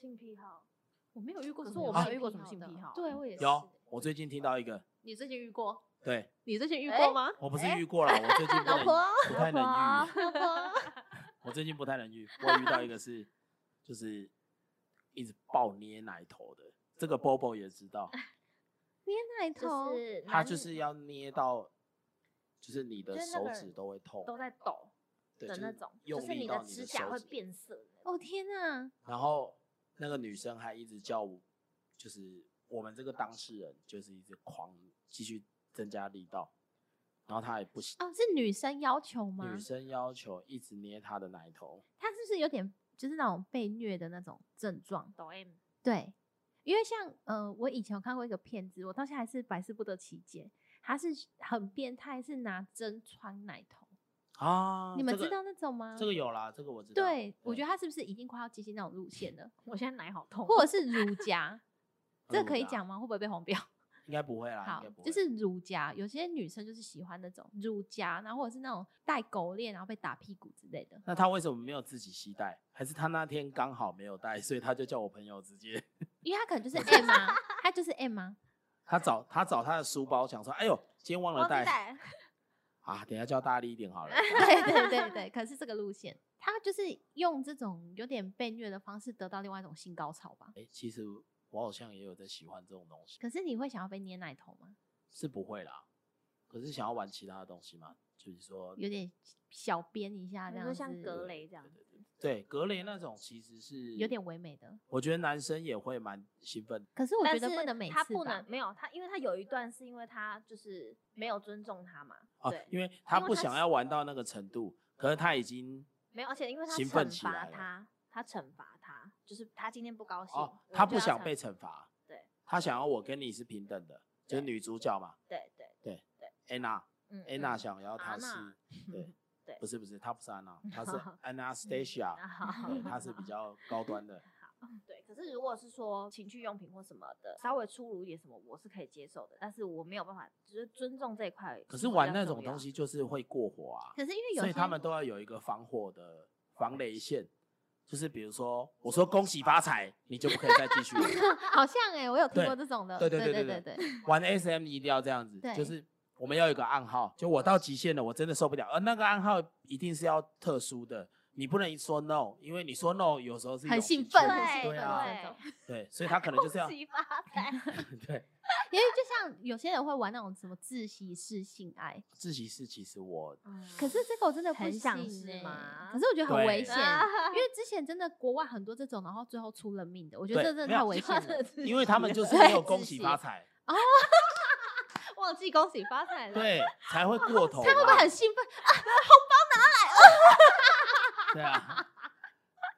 C: 性癖好，
B: 我没有遇过
C: 可
B: 什
C: 是
B: 么
C: 我
B: 有
C: 没
B: 性
C: 有遇过什么
B: 好
C: 性
B: 的
C: 癖好
B: 对我也是。
A: 有，我最近听到一个，
B: 你最近遇过？
A: 对
B: 你最近遇
C: 哎
B: 过吗？
A: 我不是遇过了，我最近不
B: 老
A: 能
B: 婆
A: 不太能
B: 老
A: 遇，我最近不太能遇，我遇到一个是就是一直暴捏奶头的，这个 Bobo 也知 道，
B: 捏奶
C: 就
B: 头，
C: 是
A: 他
C: 男
A: 就是要捏到，就是你的
C: 就是那
A: 手
C: 个
A: 指都会痛，
C: 都在抖
A: 对
C: 的
A: 就
C: 那
A: 是
C: 种，就
A: 用
C: 是
A: 力
C: 的
A: 到你
C: 指
A: 的
C: 甲
A: 手
C: 会
A: 指
C: 变色的那种。
B: 哦天哪！
A: 然后那个女生还一直叫我，就是我们这个当事人，就是一直狂继续增加力道，然后她也不行。
B: 哦，是女生要求吗？
A: 女生要求一直捏她的奶头，
B: 他是不是有点就是那种被虐的那种症状？
C: 抖 M，
B: 对，因为像呃，我以前有看过一个片子，我到现在还是百思不得其解。他是很变态，是拿针穿奶头，
A: 啊，
B: 你们
A: 这个
B: 知道那种吗？
A: 这个有啦，这个我知道。哦
B: 对，我觉得他是不是已经快要接近那种路线了？
C: 我现在奶好痛，
B: 或者是儒 家，这
A: 乳
B: 可以
A: 牙
B: 讲吗？会不会被黄 标？
A: 应该不会啦，
B: 好
A: 啊应该不，会。
B: 就是儒家，有些女生就是喜欢那种儒家，然后或者是那种戴狗链，然后被打屁股之类的。
A: 那他为什么没有自己携带？还是他那天刚好没有带，所以他就叫我朋友直接，
B: 因为他可能就是 M 啊，他就是 M 啊，
A: 他找他找他的书包，想说，哎呦，今天忘了
C: 忘记
A: 带
C: 带，
A: 啊，等一下叫大力一点 好了。
B: 对对对对，可是这个路线，他就是用这种有点被虐的方式得到另外一种性高潮吧。
A: 哎、其实我好像也有在喜欢这种东西，
B: 可是你会想要被捏奶头吗？
A: 是不会啦。可是想要玩其他的东西嘛，就是说，
B: 有点小编一下这
C: 你
B: 样
C: 说
B: 子，
C: 像格雷这样子，
A: 对格雷那种其实是
B: 有点，唯美的。
A: 我觉得男生也会蛮兴奋的。
B: 可是我
C: 但
B: 觉得
C: 是
B: 不能每次
C: 他不
B: 吧
C: 能没有他，因为他有一段是因为他就是没有尊重他嘛，
A: 啊
C: 对，，
A: 因为他
C: 因为
A: 不
C: 他
A: 想
C: 是
A: 要玩到那个程度，可是他已经
C: 没有，而且因为他
A: 兴奋
C: 惩
A: 起来
C: 罚
A: 了
C: 他，他惩罚他，就是他今天不高兴，
A: 哦，
C: 我
A: 他
C: 就
A: 不
C: 要
A: 想
C: 惩
A: 被惩罚，
C: 对，
A: 他想要我跟你是平等的，就是
C: 对
A: 女主角嘛，
C: 对对，
A: 安娜，
C: 嗯，
A: 安娜
C: 嗯
A: 想要她
C: 安
A: 是
C: 娜，
A: 对
C: 对嗯
A: 不是不是，她不是安娜，她 是
C: 好
A: Anastasia，
C: 啊好
A: 对，嗯她是比较高端的，
C: 对，可是如果是说情趣用品或什么的，稍微粗鲁一点什么，我是可以接受的，但是我没有办法，就是尊重这一块。
A: 可是玩那种东， 西就是会过火啊，
B: 可是因为有
A: 所以
B: 些
A: 他们都要有一个防火的防雷线，就是比如说我说恭喜发财，你就不可以再继续玩
B: 好像哎、我有听
A: 对
B: 过这种的，
A: 对
B: 对
A: 对对
B: 对
A: 对玩 SM 一定要这样子
B: 对，
A: 就是我们要有一个暗号，就我到极限了，我真的受不了，而那个暗号一定是要特殊的，你不能说 no，因为你说 no 有时候是一
B: 很
A: 种
B: 兴
A: 情
B: 奋
A: 绪
B: 很
C: 对
B: 兴
A: 对
B: 奋
A: 啊，
B: 的这种。
A: 对，所以他可能就是要
C: 恭喜发财，
A: 对
B: 因为就像有些人会玩那种什么自习室性爱，
A: 自习室，其实我
B: 可 是这个我真的不
C: 很想
B: 信
C: 试
B: 哦欸
C: 吗
B: 可是我觉得很危
A: 对
B: 险， 因为之前真的国外很多这种，然后最后出人命的，我觉得
A: 对
B: 这真
A: 没
B: 的
A: 有
B: 太危险了。
A: 因为他们就是
B: 对
A: 没有恭
B: 自
A: 喜
B: 习
A: 发财，
B: 忘记恭喜发财了，
A: 对，才会过头嘛。
B: 他会不会很兴奋？
A: 对啊，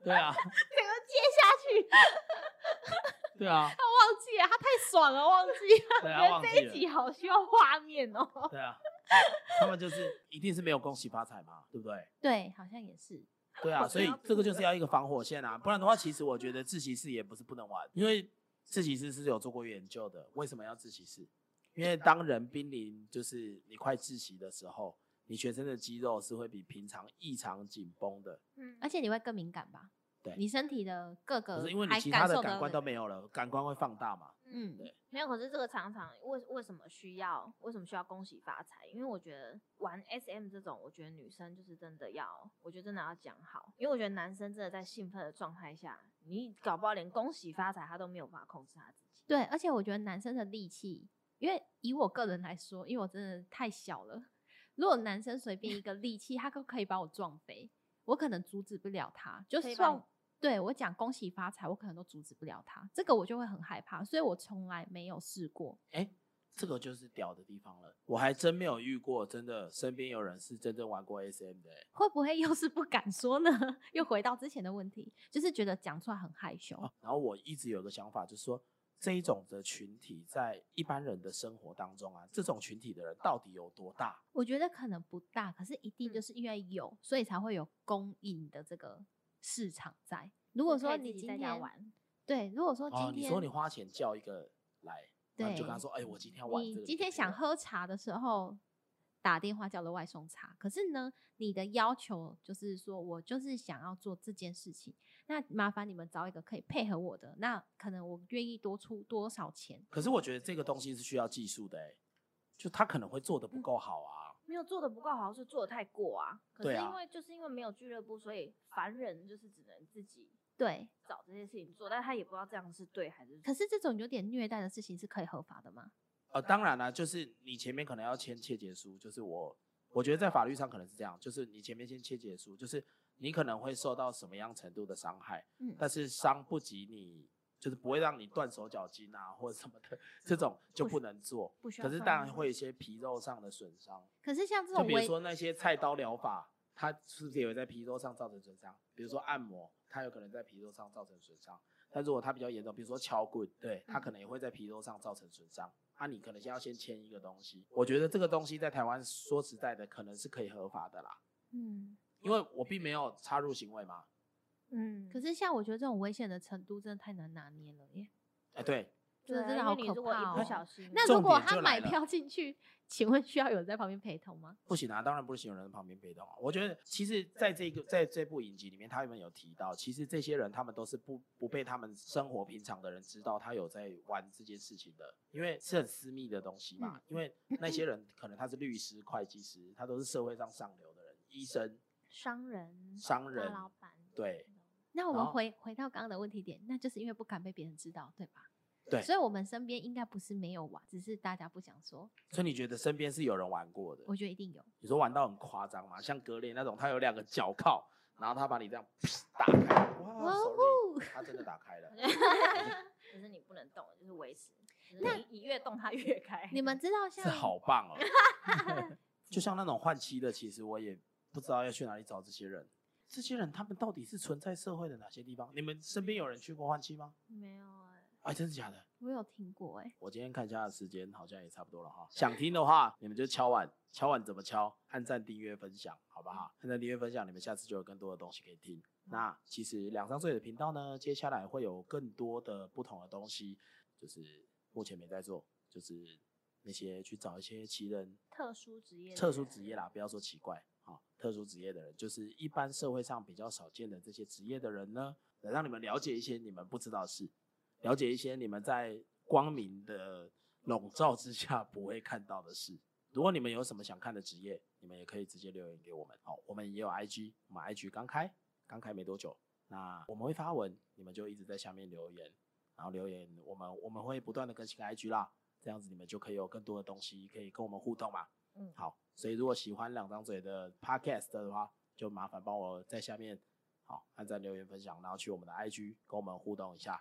A: 对啊，
C: 整个接下去，
A: 对 啊，
B: 他忘记了，他太爽了，忘记 了。
A: 对
C: 我
A: 啊，
C: 觉
A: 忘
C: 得
A: 记
C: 这一
A: 了，
C: 集好需要画面哦。
A: 对啊，他们就是一定是没有恭喜发财嘛，对不对？
B: 对，好像也是。
A: 对啊，
C: 我
A: 所
C: 知
A: 以
C: 道
A: 这个
C: 这
A: 就是
C: 个
A: 要一个防火线啊，不然的话，其实我觉得自习室也不是不能玩，因为自习室是有做过研究的。为什么要自习室？因为当人濒临就是你快窒息的时候，你全身的肌肉是会比平常异常紧绷的，
C: 嗯
B: 而且你会更敏感吧？
A: 对
B: 你身体的各个
A: 可是因为你
B: 还
A: 其他的
B: 受
A: 感
B: 得
A: 官
B: 了
A: 都没有了，感官会放大嘛。
B: 嗯，
A: 对
C: 没有，可是这个常常为为什么需要为什么需要恭喜发财？因为我觉得玩 SM 这种，我觉得女生就是真的要，我觉得真的要讲好，因为我觉得男生真的在兴奋的状态下，你搞不好连恭喜发财他都没有办法控制他自己。
B: 对，而且我觉得男生的力气，因为以我个人来说，因为我真的太小了，如果男生随便一个力气，他都可以把我撞飞，我可能阻止不了他。就
C: 可以把
B: 算
C: 你
B: 对我讲恭喜发财，我可能都阻止不了他，这个我就会很害怕，所以我从来没有试过。
A: 哎、这个就是屌的地方了，我还真没有遇过，真的身边有人是真正玩过 SM 的、欸。
B: 会不会又是不敢说呢？ 又回到之前的问题，就是觉得讲出来很害羞。
A: 欸然后我一直有个想法，就是说这一种的群体在一般人的生活当中啊，这种群体的人到底有多大？
B: 我觉得可能不大，可是一定就
C: 嗯
B: 是因为有，所以才会有供应的这个市场在。如果说
C: 可以自
B: 你
C: 己
B: 今
C: 在
B: 天
C: 家玩，
B: 对，如果说今
A: 哦，
B: 天、
A: 你说你花钱叫一个来，然后你就跟他
B: 对
A: 说，哎，我今天要玩这
B: 你
A: 个。
B: 今天想，喝茶的时候打电话叫了外送茶，可是呢，你的要求就是说我就是想要做这件事情，那麻烦你们找一个可以配合我的，那可能我愿意多出多少钱。
A: 可是我觉得这个东西是需要技术的、欸，就他可能会做的
B: 嗯
A: 不够好啊。
C: 没有做的不够好，是做的太过啊。可
A: 对
C: 是
A: 啊
C: 因为、就是因为没有俱乐部，所以凡人就是只能自己
B: 对，
C: 找这些事情做，但他也不知道这样是对还是
B: 可是这种有点虐待的事情是可以合法的吗？
A: 呃，当然啦、就是你前面可能要签切结书，就是我，我觉得在法律上可能是这样，就是你前面先切结书，就是你可能会受到什么样程度的伤害，
B: 嗯
A: 但是伤不及你，就是不会让你断手脚筋啊或者什么的，这种就不能做。
C: 不需要
A: 可是
C: 动
A: 当然
C: 用
A: 会有一些皮肉上的损伤，
B: 可是像这
A: 就
B: 种
A: 比如
B: 危
A: 说那些菜刀疗法，它是不是也会在皮肉上造成损伤？比如说按摩，它有可能在皮肉上造成损伤。但如果它比较严重，比如说敲棍，对它
B: 嗯
A: 可能也会在皮肉上造成损伤。啊，你可能先要先签一个东西。我觉得这个东西在台湾说实在的，可能是可以合法的啦，
B: 嗯，
A: 因为我并没有插入行为嘛。
C: 嗯，
B: 可是像我觉得这种危险的程度真的太难拿捏了耶。
A: 哎、对，
B: 这真的
C: 对啊
B: 好
C: 因为你
B: 可
C: 如果
B: 怕
C: 一
B: 哦
C: 不小心，
B: 那
A: 重
B: 如果
A: 点
B: 他
A: 就
B: 买
A: 来了
B: 票进去，请问需要有人在旁边陪同吗？
A: 不行啊，当然不行，有人在旁边被动啊。我觉得其实在这个在这部影集里面，他们有提到，其实这些人他们都是不不被他们生活平常的人知道他有在玩这件事情的，因为是很私密的东西嘛。
B: 嗯
A: 因为那些人可能他是律师、会计师，他都是社会上上流的人，医生、
C: 商人、
A: 商
C: 大
B: 啊
A: 人
C: 老板，
A: 对
B: 那我
A: 然
B: 们
A: 后
B: 回回到刚刚的问题点，那就是因为不敢被别人知道，对吧？
A: 对
B: 所以我们身边应该不是没有玩，只是大家不想说。
A: 所以你觉得身边是有人玩过的？
B: 我觉得一定有，
A: 你说玩到很夸张吗？像格列那种，他有两个脚铐，然后他把你这样打开，哇
B: 哇哦
A: ，sorry，他真的打开 了。
C: 可是你不能动，就是维持。那你越动它越开。
B: 你 们知道像
A: 这嗯好棒哦！就像那种换妻的，其实我也不知道要去哪里找这些人。这些人他们到底是存在社会的哪些地方？你们身边有人去过换妻吗？
C: 没有哎、
A: 哎，真的假的？
B: 我有听过哎、
A: 我今天看一下时间，好像也差不多了哈。想听的话，你们就敲碗，敲碗怎么敲？按赞、订阅、分享，好不
C: 嗯
A: 好？按赞、订阅、分享，你们下次就有更多的东西可以听。那其实两三岁的频道呢，接下来会有更多的不同的东西，就是目前没在做，就是那些去找一些奇人
C: 特殊职业的人，
A: 特殊职业啦，不要说奇怪啊、特殊职业的人，就是一般社会上比较少见的这些职业的人呢，来让你们了解一些你们不知道的事，了解一些你们在光明的笼罩之下不会看到的事。如果你们有什么想看的职业，你们也可以直接留言给我们。好、我们也有 IG，我们 IG 刚开，刚开没多久，那我们会发文，你们就一直在下面留言，然后留言，我们我们会不断的更新 IG 啦，这样子你们就可以有更多的东西可以跟我们互动嘛。
C: 嗯，
A: 好，所以如果喜欢两张嘴的 podcast 的话，就麻烦帮我在下面好按赞、留言、分享，然后去我们的 IG 跟我们互动一下。